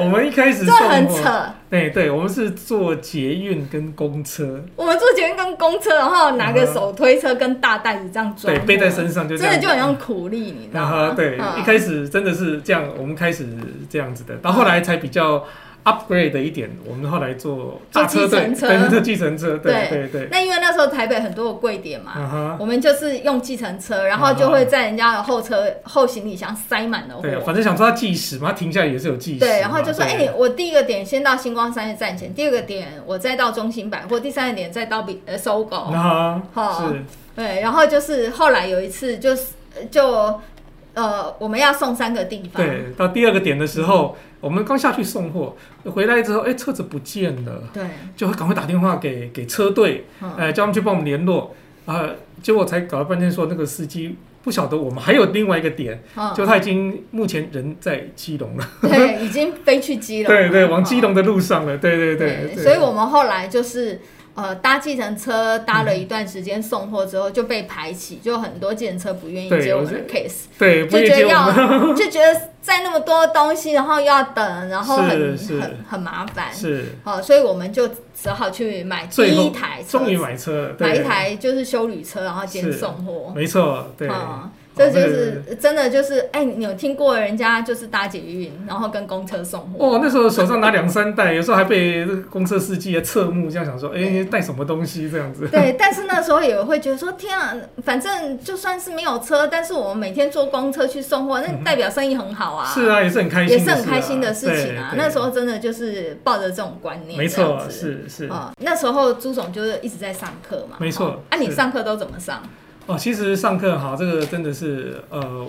Speaker 3: 我们一开 始
Speaker 2: 这
Speaker 3: 送
Speaker 2: 很
Speaker 3: 货，
Speaker 2: 扯。
Speaker 3: 对对，我们是坐捷运跟公车，
Speaker 2: 我们做捷运跟公车，然后拿个手推车跟大袋子这样装
Speaker 3: 对，
Speaker 2: 货，
Speaker 3: 背在身上就
Speaker 2: 真
Speaker 3: 这样
Speaker 2: 的
Speaker 3: 子，
Speaker 2: 就很像苦力，你知道
Speaker 3: 然后
Speaker 2: 吗？
Speaker 3: 对，
Speaker 2: 嗯
Speaker 3: 一开始真的是这样，我们开始这样子的，
Speaker 2: 啊
Speaker 3: 到后来才比较 upgrade 的一点，我们后来做大车队，
Speaker 2: 做计程车
Speaker 3: 对，做计程车，对对
Speaker 2: 对
Speaker 3: 对，
Speaker 2: 那因为那时候台北很多的柜点嘛，
Speaker 3: 啊哈，
Speaker 2: 我们就是用计程车，然后就会在人家的后车后行李箱塞满了
Speaker 3: 啊对，
Speaker 2: 货。
Speaker 3: 反正想说他计时嘛，他停下来也是有计时嘛，
Speaker 2: 哦对，然后就说：“哎、
Speaker 3: 对
Speaker 2: 我第一个点先到星光商业站前，第二个点我再到中心百货，第三个点再到比呃搜狗。
Speaker 3: 啊哈，
Speaker 2: 好
Speaker 3: 是，
Speaker 2: 对，然后就是后来有一次就是就呃我们要送三个地方，
Speaker 3: 对，到第二个点的时候，我们刚下去送货，回来之后，哎，车子不见了，
Speaker 2: 对，
Speaker 3: 就会赶快打电话给给车队，
Speaker 2: 嗯
Speaker 3: 呃，叫他们去帮我们联络，呃，结果才搞了半天说那个司机不晓得我们还有另外一个点。
Speaker 2: 嗯，
Speaker 3: 就他已经目前人在基隆了，
Speaker 2: 对，已经飞去基隆了，
Speaker 3: 对对，往基
Speaker 2: 嗯
Speaker 3: 隆的路上了，对对对。对
Speaker 2: 所以我们后来就是呃搭计程车搭了一段时间送货之后就被排挤，就很多计程车不愿意
Speaker 3: 对
Speaker 2: 接我
Speaker 3: 我
Speaker 2: 们的
Speaker 3: 是
Speaker 2: case，
Speaker 3: 对不
Speaker 2: 就
Speaker 3: 也
Speaker 2: 觉
Speaker 3: 接
Speaker 2: 得
Speaker 3: 我们
Speaker 2: 要就觉得在那么多东西，然后又要等，然后很
Speaker 3: 是是
Speaker 2: 很很麻烦。
Speaker 3: 是
Speaker 2: 哦，所以我们就只好去买第
Speaker 3: 最后
Speaker 2: 一台车
Speaker 3: 终于
Speaker 2: 子，
Speaker 3: 买车了，对
Speaker 2: 买一，台就是修旅车，然后兼
Speaker 3: 是
Speaker 2: 送货。
Speaker 3: 没错，对，
Speaker 2: 嗯，这就
Speaker 3: 对
Speaker 2: 是真的，就是哎、你有听过人家就是搭捷运，然后跟公车送货？
Speaker 3: 哦，那时候手上拿两三袋，有时候还被这个公车司机啊侧目，这样想说，哎，
Speaker 2: 对
Speaker 3: 带什么东西这样子，
Speaker 2: 对，但是那时候也会觉得说，天啊，反正就算是没有车，但是我们每天坐公车去送货，那代表生意很好啊，
Speaker 3: 嗯是啊，也是很开心
Speaker 2: 也
Speaker 3: 的事
Speaker 2: 是
Speaker 3: 啊，
Speaker 2: 很开心的事情啊。
Speaker 3: 对对
Speaker 2: 那时候真的就是抱着这种观念，
Speaker 3: 没
Speaker 2: 这样
Speaker 3: 错，
Speaker 2: 子。
Speaker 3: 是是
Speaker 2: 啊、那时候朱总就是一直在上课嘛，
Speaker 3: 没错
Speaker 2: 哦啊，你
Speaker 3: 是
Speaker 2: 上课都怎么上？
Speaker 3: 哦，其实上课哈，这个真的是呃，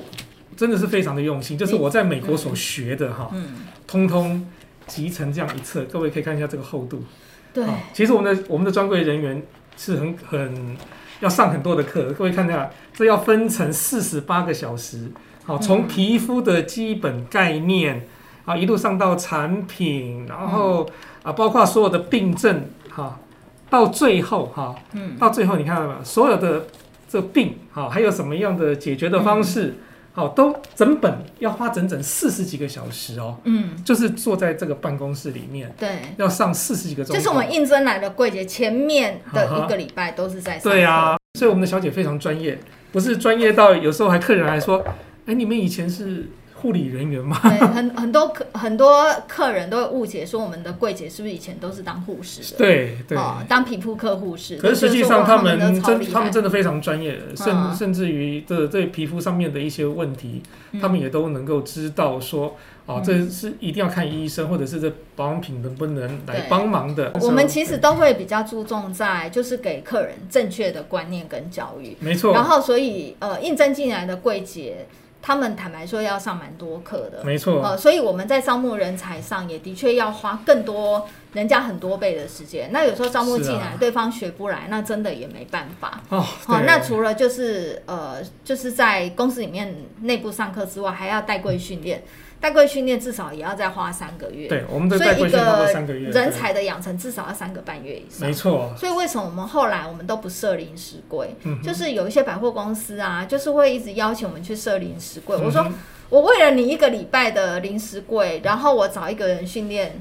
Speaker 3: 真的是非常的用心，就是
Speaker 2: 你
Speaker 3: 我在美国所学的哈，
Speaker 2: 嗯，
Speaker 3: 通通集成这样一册，各位可以看一下这个厚度。
Speaker 2: 对，
Speaker 3: 啊其实我们的我们的专柜人员是很很要上很多的课，各位看一下，这要分成四十八个小时，
Speaker 2: 嗯
Speaker 3: 好、从皮肤的基本概念，啊，一路上到产品，然后、
Speaker 2: 嗯
Speaker 3: 啊，包括所有的病症，哈、到最后哈、
Speaker 2: 嗯，
Speaker 3: 到最后你看到没有，所有的这病，好、还有什么样的解决的方
Speaker 2: 嗯
Speaker 3: 式，好、都整本要花整整四十几个小时哦，
Speaker 2: 嗯，
Speaker 3: 就是坐在这个办公室里面。
Speaker 2: 对，
Speaker 3: 要上四十几个钟
Speaker 2: 就
Speaker 3: 头，
Speaker 2: 是我们应征来的柜姐前面的一个礼拜都是在上课，
Speaker 3: 对啊，所以我们的小姐非常专业，不是专业到有时候还客人还说，哎、你们以前是护理人员吗？
Speaker 2: 对，很很多客很多客人都会误解说我们的柜姐是不是以前都是当护士的？
Speaker 3: 对对。
Speaker 2: 哦，当皮肤科护士。
Speaker 3: 可是实际上，他
Speaker 2: 他
Speaker 3: 们
Speaker 2: 们
Speaker 3: 真，他
Speaker 2: 他
Speaker 3: 们真的非常专业，甚、
Speaker 2: 嗯
Speaker 3: 甚至于这对皮肤上面的一些问题，他们也都能够知道说，啊，
Speaker 2: 嗯
Speaker 3: 这是一定要看医生，或者是这保养品能不能来
Speaker 2: 对
Speaker 3: 帮忙的。
Speaker 2: 我们其实都会比较注重在就是给客人正确的观念跟教育，
Speaker 3: 没错，
Speaker 2: 然后所以呃应征进来的柜姐，他们坦白说要上蛮多课的。
Speaker 3: 没错，
Speaker 2: 呃，所以我们在招募人才上也的确要花更多人家很多倍的时间。那有时候招募
Speaker 3: 是啊
Speaker 2: 进来，对方学不来，那真的也没办法。
Speaker 3: 哦，
Speaker 2: 哦，
Speaker 3: 对
Speaker 2: 那除了就是呃，就是在公司里面内部上课之外，还要带柜训练。带柜训练至少也要再花三个月，
Speaker 3: 对我们的
Speaker 2: 所
Speaker 3: 代
Speaker 2: 以
Speaker 3: 规
Speaker 2: 一
Speaker 3: 训差不多
Speaker 2: 个
Speaker 3: 三个月，
Speaker 2: 人才的养成至少要三个半月以
Speaker 3: 对
Speaker 2: 上
Speaker 3: 没。错，
Speaker 2: 所以为什么我们后来我们都不设临时柜？
Speaker 3: 嗯哼
Speaker 2: 就是有一些百货公司啊，就是会一直邀请我们去设临时柜。我说
Speaker 3: 嗯哼
Speaker 2: 我为了你一个礼拜的临时柜，然后我找一个人训练。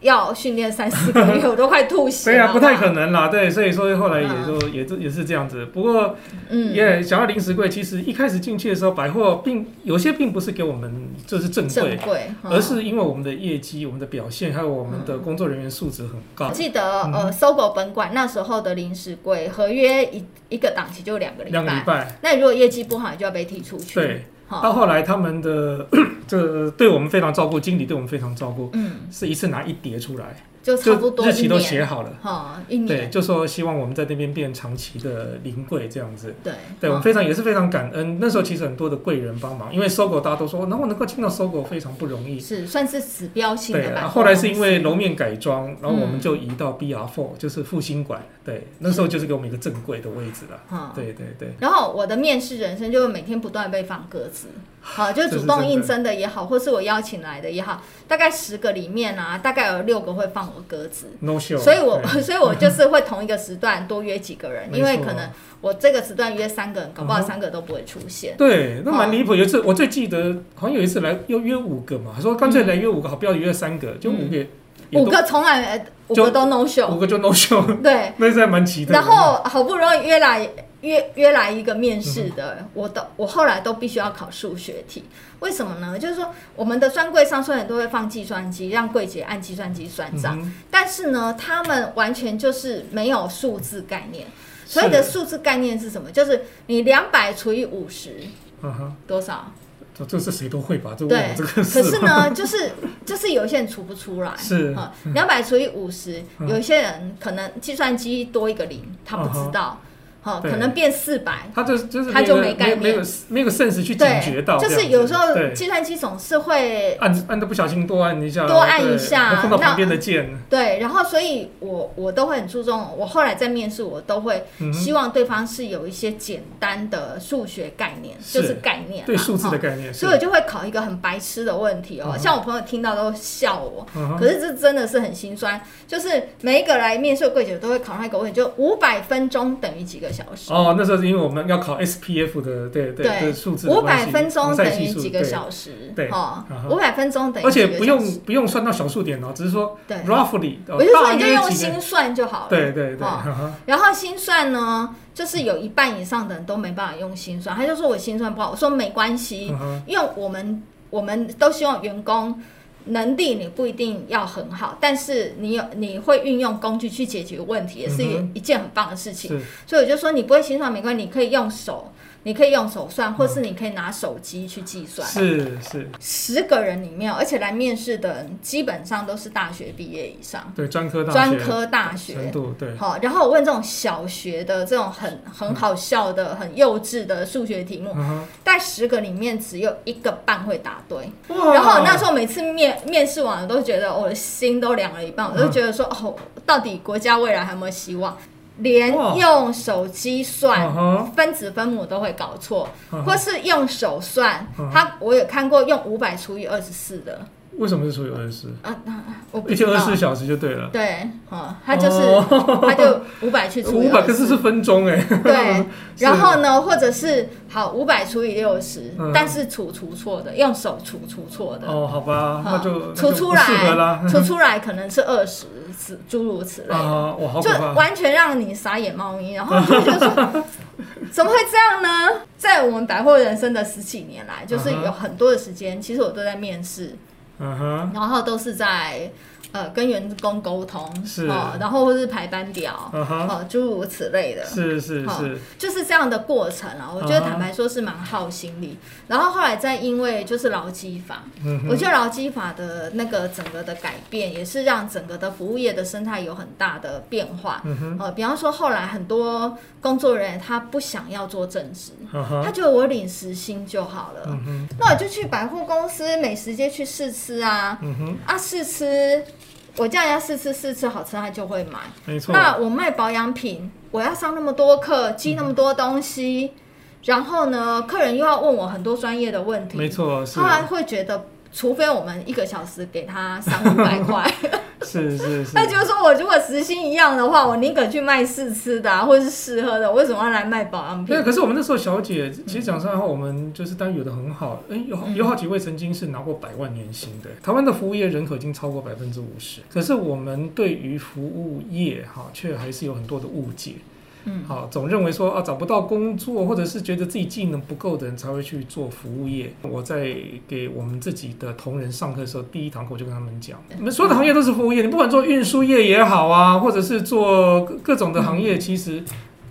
Speaker 2: 要训练三四个 月，我都快吐血
Speaker 3: 对
Speaker 2: 了。
Speaker 3: 啊，不太可
Speaker 2: 能。
Speaker 3: 能啦，对，所以说后来也就、也是也是这样子。不过
Speaker 2: 嗯，
Speaker 3: 也讲到零食柜，其实一开始进去的时候，百货并有些并不是给我们就是正
Speaker 2: 正
Speaker 3: 柜，
Speaker 2: 规，嗯
Speaker 3: 而是因为我们的业绩、我们的表现，还有我们的工作人员素质很高
Speaker 2: 我。记得
Speaker 3: 嗯
Speaker 2: 呃，搜狗本馆那时候的零食柜合约一一个档期就两个礼
Speaker 3: 两个礼
Speaker 2: 拜，
Speaker 3: 拜，
Speaker 2: 那你如果业绩不好，你就要被踢出去。
Speaker 3: 对，
Speaker 2: 好，
Speaker 3: 到后来他们的 这对我们非常照顾，经理对我们非常照顾，
Speaker 2: 嗯，
Speaker 3: 是一次拿一叠出来，
Speaker 2: 就差不
Speaker 3: 就
Speaker 2: 多
Speaker 3: 日
Speaker 2: 一
Speaker 3: 期都
Speaker 2: 年，
Speaker 3: 写好了，
Speaker 2: 哈，一
Speaker 3: 对，
Speaker 2: 年，
Speaker 3: 就说希望我们在那边变长期的临柜这样子。
Speaker 2: 对，
Speaker 3: 对，我
Speaker 2: 嗯
Speaker 3: 们非常也是非常感恩。那时候其实很多的贵人帮忙，因为搜狗大家都说，能哦我能够进到搜狗非常不容易。
Speaker 2: 是算是指标性
Speaker 3: 对啊
Speaker 2: 的，吧。
Speaker 3: 后来是因为楼面改装，然后我
Speaker 2: 嗯
Speaker 3: 们就移到 BR Four，就是复兴馆。对，那时候就是给我们一个正柜的位置了。
Speaker 2: 哈，
Speaker 3: 对对对。
Speaker 2: 然后我的面试人生就每天不断被放鸽 子，好，就
Speaker 3: 这是
Speaker 2: 主动
Speaker 3: 真的
Speaker 2: 应征的也好，或是我邀请来的也好，大概十个里面啊，大概有六个会放我鸽子。
Speaker 3: No show，
Speaker 2: 所以我，
Speaker 3: 对
Speaker 2: 所以我就是会同一个时段多约几个人，
Speaker 3: 没
Speaker 2: 因为
Speaker 3: 错
Speaker 2: 可能我这个时段约三个人，搞不好
Speaker 3: 嗯哼
Speaker 2: 三个都不会出 现。
Speaker 3: 对，那
Speaker 2: 哦
Speaker 3: 蛮离谱。有一次我最记得，好像有一次来又约五个嘛，说干脆来约五个，好不要约三个，就五个也都，
Speaker 2: 嗯五个从来呃五
Speaker 3: 就
Speaker 2: 个都 no
Speaker 3: 五
Speaker 2: show，
Speaker 3: 个就 no show，
Speaker 2: 对。
Speaker 3: 那是还蛮奇特的。
Speaker 2: 然后好不容易约来约约来一个面
Speaker 3: 嗯
Speaker 2: 试的，我都我后来都必须要考数学题，为什么呢？就是说我们的专柜上虽然都会放计算机，让柜姐按计算机算
Speaker 3: 嗯
Speaker 2: 账，
Speaker 3: 哼
Speaker 2: 但是呢，他们完全就是没有数字概念。所谓的
Speaker 3: 是
Speaker 2: 数字概念是什么？就是你两百除以五十
Speaker 3: 嗯哼，
Speaker 2: 多少？
Speaker 3: 这这是谁都会吧？这问
Speaker 2: 对
Speaker 3: 我这，个
Speaker 2: 可是
Speaker 3: 事啊吗。
Speaker 2: 呢，就是就是有些人除不出来，
Speaker 3: 是
Speaker 2: 啊，两百除以五十，
Speaker 3: 嗯
Speaker 2: 有些人可能计算机多一个零，他不知道，好，
Speaker 3: 嗯对
Speaker 2: 可能变四百。
Speaker 3: 他就是就是
Speaker 2: 他就
Speaker 3: 有
Speaker 2: 没概念
Speaker 3: 没有没有 sense 去警觉
Speaker 2: 对
Speaker 3: 到，，
Speaker 2: 就
Speaker 3: 这样
Speaker 2: 是
Speaker 3: 子
Speaker 2: 有时候
Speaker 3: 对
Speaker 2: 计算机总是会
Speaker 3: 按按的不小心多按一下，
Speaker 2: 多按一
Speaker 3: 对
Speaker 2: 下
Speaker 3: 然后碰到
Speaker 2: 那
Speaker 3: 旁边的键，
Speaker 2: 对，然后所以我我都会很注重，我后来在面试我都会
Speaker 3: 嗯哼
Speaker 2: 希望对方是有一些简单的数学概念，
Speaker 3: 是
Speaker 2: 就是概念啊，
Speaker 3: 对数字的
Speaker 2: 哈
Speaker 3: 概念是
Speaker 2: 所以我就会考一个很白痴的问题哦，
Speaker 3: 嗯
Speaker 2: 像我朋友听到都笑我，
Speaker 3: 嗯哼
Speaker 2: 可是这真的是很心酸，就是每一个来面试的柜姐都会考上一个问题，就五百分钟等于几个小时？
Speaker 3: 哦，那时候是因为我们要考 SPF 的，对对
Speaker 2: 对
Speaker 3: 对，数字的
Speaker 2: 五
Speaker 3: 关
Speaker 2: 百
Speaker 3: 系哦
Speaker 2: 分钟
Speaker 3: 防晒
Speaker 2: 等于
Speaker 3: 系数
Speaker 2: 几个
Speaker 3: 对
Speaker 2: 小时？
Speaker 3: 对
Speaker 2: 哦
Speaker 3: 嗯，哼
Speaker 2: 五百分钟等于
Speaker 3: 而
Speaker 2: 几
Speaker 3: 且
Speaker 2: 个
Speaker 3: 不
Speaker 2: 小
Speaker 3: 用
Speaker 2: 时
Speaker 3: 不用算到小数点哦，只是说
Speaker 2: 对，
Speaker 3: roughly，哦
Speaker 2: 我就说你就
Speaker 3: 大约
Speaker 2: 用
Speaker 3: 几个
Speaker 2: 心算就好了。
Speaker 3: 对对嗯对，
Speaker 2: 哦
Speaker 3: 哈哈
Speaker 2: 然后心算呢，就是有一半以上的人都没办法用心算，他就说我心算不好，我说没关系，
Speaker 3: 嗯哼
Speaker 2: 因为我们我们都希望员工能力你不一定要很好，但是你有你会运用工具去解决问题，也是一
Speaker 3: 嗯
Speaker 2: 一件很棒的事情。
Speaker 3: 是
Speaker 2: 所以我就说你不会心算没关系，你可以用手，你可以用手算，或是你可以拿手机去计算。
Speaker 3: 嗯是是，
Speaker 2: 十个人里面，而且来面试的人基本上都是大学毕业以上，
Speaker 3: 对专科大
Speaker 2: 专
Speaker 3: 学
Speaker 2: 科大学，
Speaker 3: 程度，对
Speaker 2: 好，然后我问这种小学的这种很很好笑的、很幼稚的数学题目，
Speaker 3: 嗯
Speaker 2: 在十个里面只有一个半会答对。
Speaker 3: 哼哇
Speaker 2: 然后那时候每次面面试完，我都觉得我的心都凉了一半，我
Speaker 3: 嗯
Speaker 2: 都觉得说哦，到底国家未来还有没有希望？连
Speaker 3: 哇
Speaker 2: 用手机算
Speaker 3: 嗯哼
Speaker 2: 分子分母都会搞错，
Speaker 3: 嗯哼
Speaker 2: 或是用手算
Speaker 3: 嗯，哼
Speaker 2: 他我有看过用五百除以二十四的，
Speaker 3: 为什么是除以二十四？
Speaker 2: 啊，那我不
Speaker 3: 一
Speaker 2: 知
Speaker 3: 天
Speaker 2: 道
Speaker 3: 二十四小时就对了，
Speaker 2: 对，哦，他就是、
Speaker 3: 哦
Speaker 2: 他就五百去除以
Speaker 3: 五百
Speaker 2: 二
Speaker 3: 可
Speaker 2: 十
Speaker 3: 是是分 钟哎，
Speaker 2: 对，
Speaker 3: 是
Speaker 2: 然后呢，或者是好五百除以六十、
Speaker 3: 嗯
Speaker 2: 但是除除错的，用手除除错的，
Speaker 3: 哦，好吧，
Speaker 2: 好
Speaker 3: 那就那
Speaker 2: 除
Speaker 3: 就
Speaker 2: 出
Speaker 3: 不适合啦
Speaker 2: 来， 除出来可能是二十，此诸如此类的。
Speaker 3: 啊， 哇，好
Speaker 2: 就
Speaker 3: 可怕，
Speaker 2: 完全让你傻眼猫咪，然后就觉得说 怎么会这样呢？在我们百货人生的十几年来，就是
Speaker 3: 嗯哼
Speaker 2: 有很多的时间，其实我都在面试，
Speaker 3: 嗯哼，
Speaker 2: 然后都是在呃跟员工沟通，
Speaker 3: 是
Speaker 2: 哦，然后或是排班表，
Speaker 3: 嗯哼
Speaker 2: 哦，诸如此类的，
Speaker 3: 是是
Speaker 2: 好
Speaker 3: 是，
Speaker 2: 就是这样的过程啊，我觉得
Speaker 3: 啊哈
Speaker 2: 坦白说是蛮耗心力。然后后来再因为就是劳基法，
Speaker 3: 嗯
Speaker 2: 我
Speaker 3: 哼，
Speaker 2: 觉得劳基法的那个整个的改变，也是让整个的服务业的生态有很大的变化。
Speaker 3: 嗯哼，
Speaker 2: 呃，比方说后来很多工作人员他不想要做正职，
Speaker 3: 嗯
Speaker 2: 他
Speaker 3: 哼，
Speaker 2: 觉得我领时薪就好了，
Speaker 3: 嗯哼，
Speaker 2: 那我就去百货公司美食街去试吃啊，
Speaker 3: 嗯哼，
Speaker 2: 啊试吃，我叫人家试吃试吃好吃，他就会买。
Speaker 3: 没错，
Speaker 2: 那我卖保养品，我要上那么多课，记那么多东西，然后呢，客人又要问我很多专业的问题，啊
Speaker 3: 没，错，是
Speaker 2: 他还会觉得，除非我们一个小时给他三五百块，
Speaker 3: 是是是
Speaker 2: 那，就是说我如果时薪一样的话，我宁可去卖试吃的、啊、或者是试喝的，我为什么要来卖保养品
Speaker 3: 对，？可是我们那时候小姐，其实讲实话，我们就是单有的很好，哎、有好有好几位曾经是拿过百万年薪的。台湾的服务业人口已经超过百分之五十，可是我们对于服务业哈，却还是有很多的误解。
Speaker 2: 嗯，
Speaker 3: 好，总认为说啊找不到工作，或者是觉得自己技能不够的人才会去做服务业。我在给我们自己的同仁上课的时候，第一堂课我就跟他们讲，你们所有的行业都是服务业，你不管做运输业也好啊，或者是做各各种的行业，其实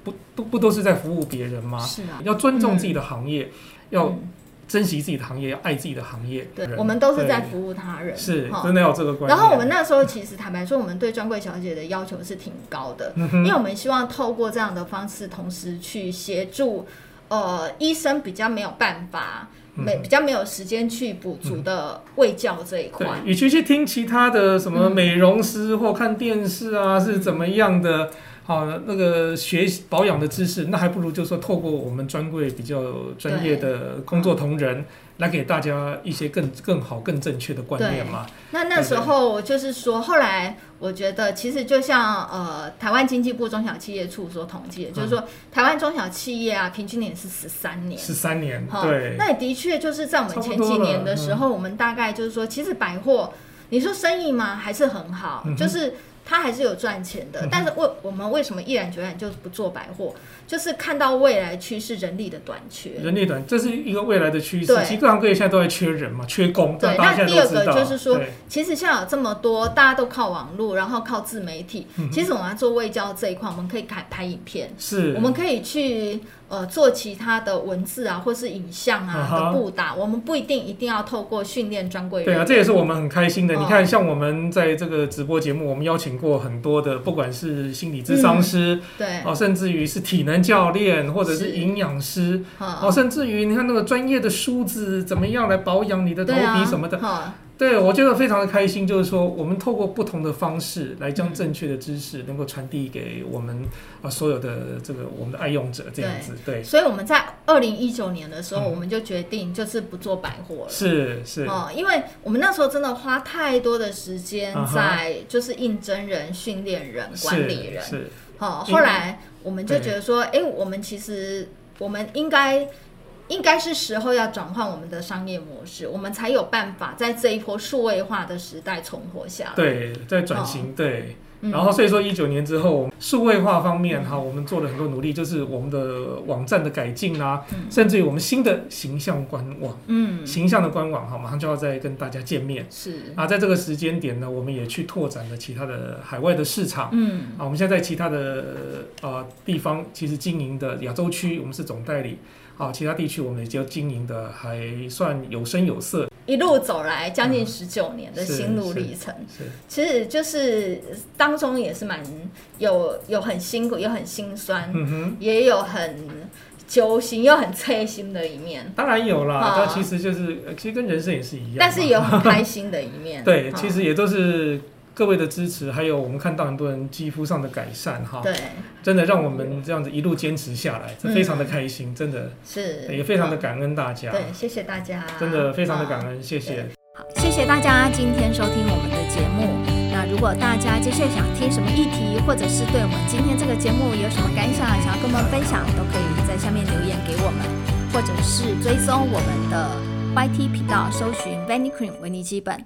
Speaker 3: 不不不都是在服务别人吗？
Speaker 2: 是啊，
Speaker 3: 要尊重自己的行业，要
Speaker 2: 嗯
Speaker 3: 珍惜自己的行业，要爱自己的行业。
Speaker 2: 对
Speaker 3: 人，
Speaker 2: 我们都是在
Speaker 3: 对
Speaker 2: 服务他人，
Speaker 3: 是
Speaker 2: 哈
Speaker 3: 真的要有这个观
Speaker 2: 然
Speaker 3: 念。
Speaker 2: 后我们那时候其实坦白说，我们对专柜小姐的要求是挺高的，
Speaker 3: 嗯
Speaker 2: 因为我们希望透过这样的方式，同时去协助呃医生比较没有办法，
Speaker 3: 嗯
Speaker 2: 没比较没有时间去补足的卫教这一块
Speaker 3: 对。，与其去听其他的什
Speaker 2: 嗯
Speaker 3: 么美容师或看电视啊是怎么样的，好、那个学习保养的知识，那还不如就说透过我们专柜比较专业的工
Speaker 2: 嗯
Speaker 3: 作同仁来给大家一些更更好、更正确的观念嘛。
Speaker 2: 那那时候就是说，后来我觉得其实就像呃台湾经济部中小企业处所统计的，
Speaker 3: 嗯
Speaker 2: 就是说台湾中小企业啊，平均年是十三年。
Speaker 3: 十三年，
Speaker 2: 哈
Speaker 3: 对，
Speaker 2: 那也的确就是在我们前几年的时候，我们大概就是说，其实百货，你说生意嘛，还是很好，
Speaker 3: 嗯哼嗯
Speaker 2: 就是它还是有赚钱的。但是为我们为什么毅然决然就不做百货？就是看到未来趋势人力的短缺。
Speaker 3: 人力短，这是一个未来的趋势。
Speaker 2: 对
Speaker 3: 其实各行各业现在都在缺人嘛，缺工，
Speaker 2: 对
Speaker 3: 大家现在都知道。
Speaker 2: 那第二个就是说
Speaker 3: 对
Speaker 2: 其实现在有这么多，大家都靠网络，然后靠自媒体。
Speaker 3: 嗯
Speaker 2: 其实我们要做卫教这一块，我们可以拍拍影片，
Speaker 3: 是
Speaker 2: 我们可以去呃做其他的文字啊，或是影像啊
Speaker 3: 啊哈
Speaker 2: 的布达。我们不一定一定要透过训练专柜
Speaker 3: 对
Speaker 2: 员
Speaker 3: 啊，这也是我们很开心的。
Speaker 2: 哦
Speaker 3: 你看，像我们在这个直播节目，我们邀请过很多的，
Speaker 2: 嗯
Speaker 3: 不管是心理咨商师、
Speaker 2: 对，
Speaker 3: 哦，甚至于是体能教练或者
Speaker 2: 嗯
Speaker 3: 是
Speaker 2: 是
Speaker 3: 营养师
Speaker 2: 嗯
Speaker 3: 哦，甚至于你看那个专业的梳子怎么样来保养你的头
Speaker 2: 对啊，
Speaker 3: 皮什么的。
Speaker 2: 哈
Speaker 3: 对，我觉得非常的开心，就是说我们透过不同的方式来将正确的知识能够传递给我们啊、所有的这个我们的爱用者这样子。对，
Speaker 2: 所以我们在二零一九年的时候，我们就决定就是不做百货了。
Speaker 3: 是是，
Speaker 2: 哦，因为我们那时候真的花太多的时间
Speaker 3: 啊哈
Speaker 2: 在就是应征人、训练人、管理
Speaker 3: 是
Speaker 2: 人。
Speaker 3: 是，
Speaker 2: 哦，
Speaker 3: 因
Speaker 2: 后
Speaker 3: 为
Speaker 2: 来我们就觉得说，哎，我们其实我们应该应该是时候要转换我们的商业模式，我们才有办法在这一波数位化的时代存活下来。
Speaker 3: 对，在转型，对。
Speaker 2: 嗯，
Speaker 3: 然后所以说一九年之后，数位化方面哈，我们做了很多努力，就是我们的网站的改进啦、甚至于我们新的形象官网，
Speaker 2: 嗯
Speaker 3: 形象的官网哈，马上就要再跟大家见面。
Speaker 2: 是
Speaker 3: 啊，在这个时间点呢，我们也去拓展了其他的海外的市场。
Speaker 2: 嗯
Speaker 3: 啊，我们现在在其他的呃地方其实经营的亚洲区，我们是总代理。啊，其他地区我们也就经营的还算有声有色，
Speaker 2: 一路走来将近十九年的
Speaker 3: 是
Speaker 2: 心路
Speaker 3: 是
Speaker 2: 历程。
Speaker 3: 是
Speaker 2: 其实就是当中也是蛮有有很辛苦，有很心酸，
Speaker 3: 嗯哼，
Speaker 2: 也有很揪心，又很刺心的一面，
Speaker 3: 当然有啦，
Speaker 2: 啊
Speaker 3: 它其实就是呃其实跟人生也是一样嘛，
Speaker 2: 但是也有嗯很开心的一面。
Speaker 3: 对，
Speaker 2: 哈
Speaker 3: 其实也都是各位的支持，还有我们看到很多人肌肤上的改善哈，
Speaker 2: 对
Speaker 3: 真的让我们这样子一路坚持下来，这非常的开心，真的
Speaker 2: 是
Speaker 3: 也非常的
Speaker 2: 哈
Speaker 3: 感恩大
Speaker 2: 嗯
Speaker 3: 家，
Speaker 2: 对，谢谢大家，
Speaker 3: 真的非常的感
Speaker 2: 哈。
Speaker 3: 恩，谢谢。
Speaker 1: 好，谢谢大家今天收听我们的节目。那如果大家接下来想听什么议题，或者是对我们今天这个节目有什么感想，想要跟我们分享，都可以在下面留言给我们，或者是追踪我们的 YT 频道，搜寻 Vanny Cream 维尼基本，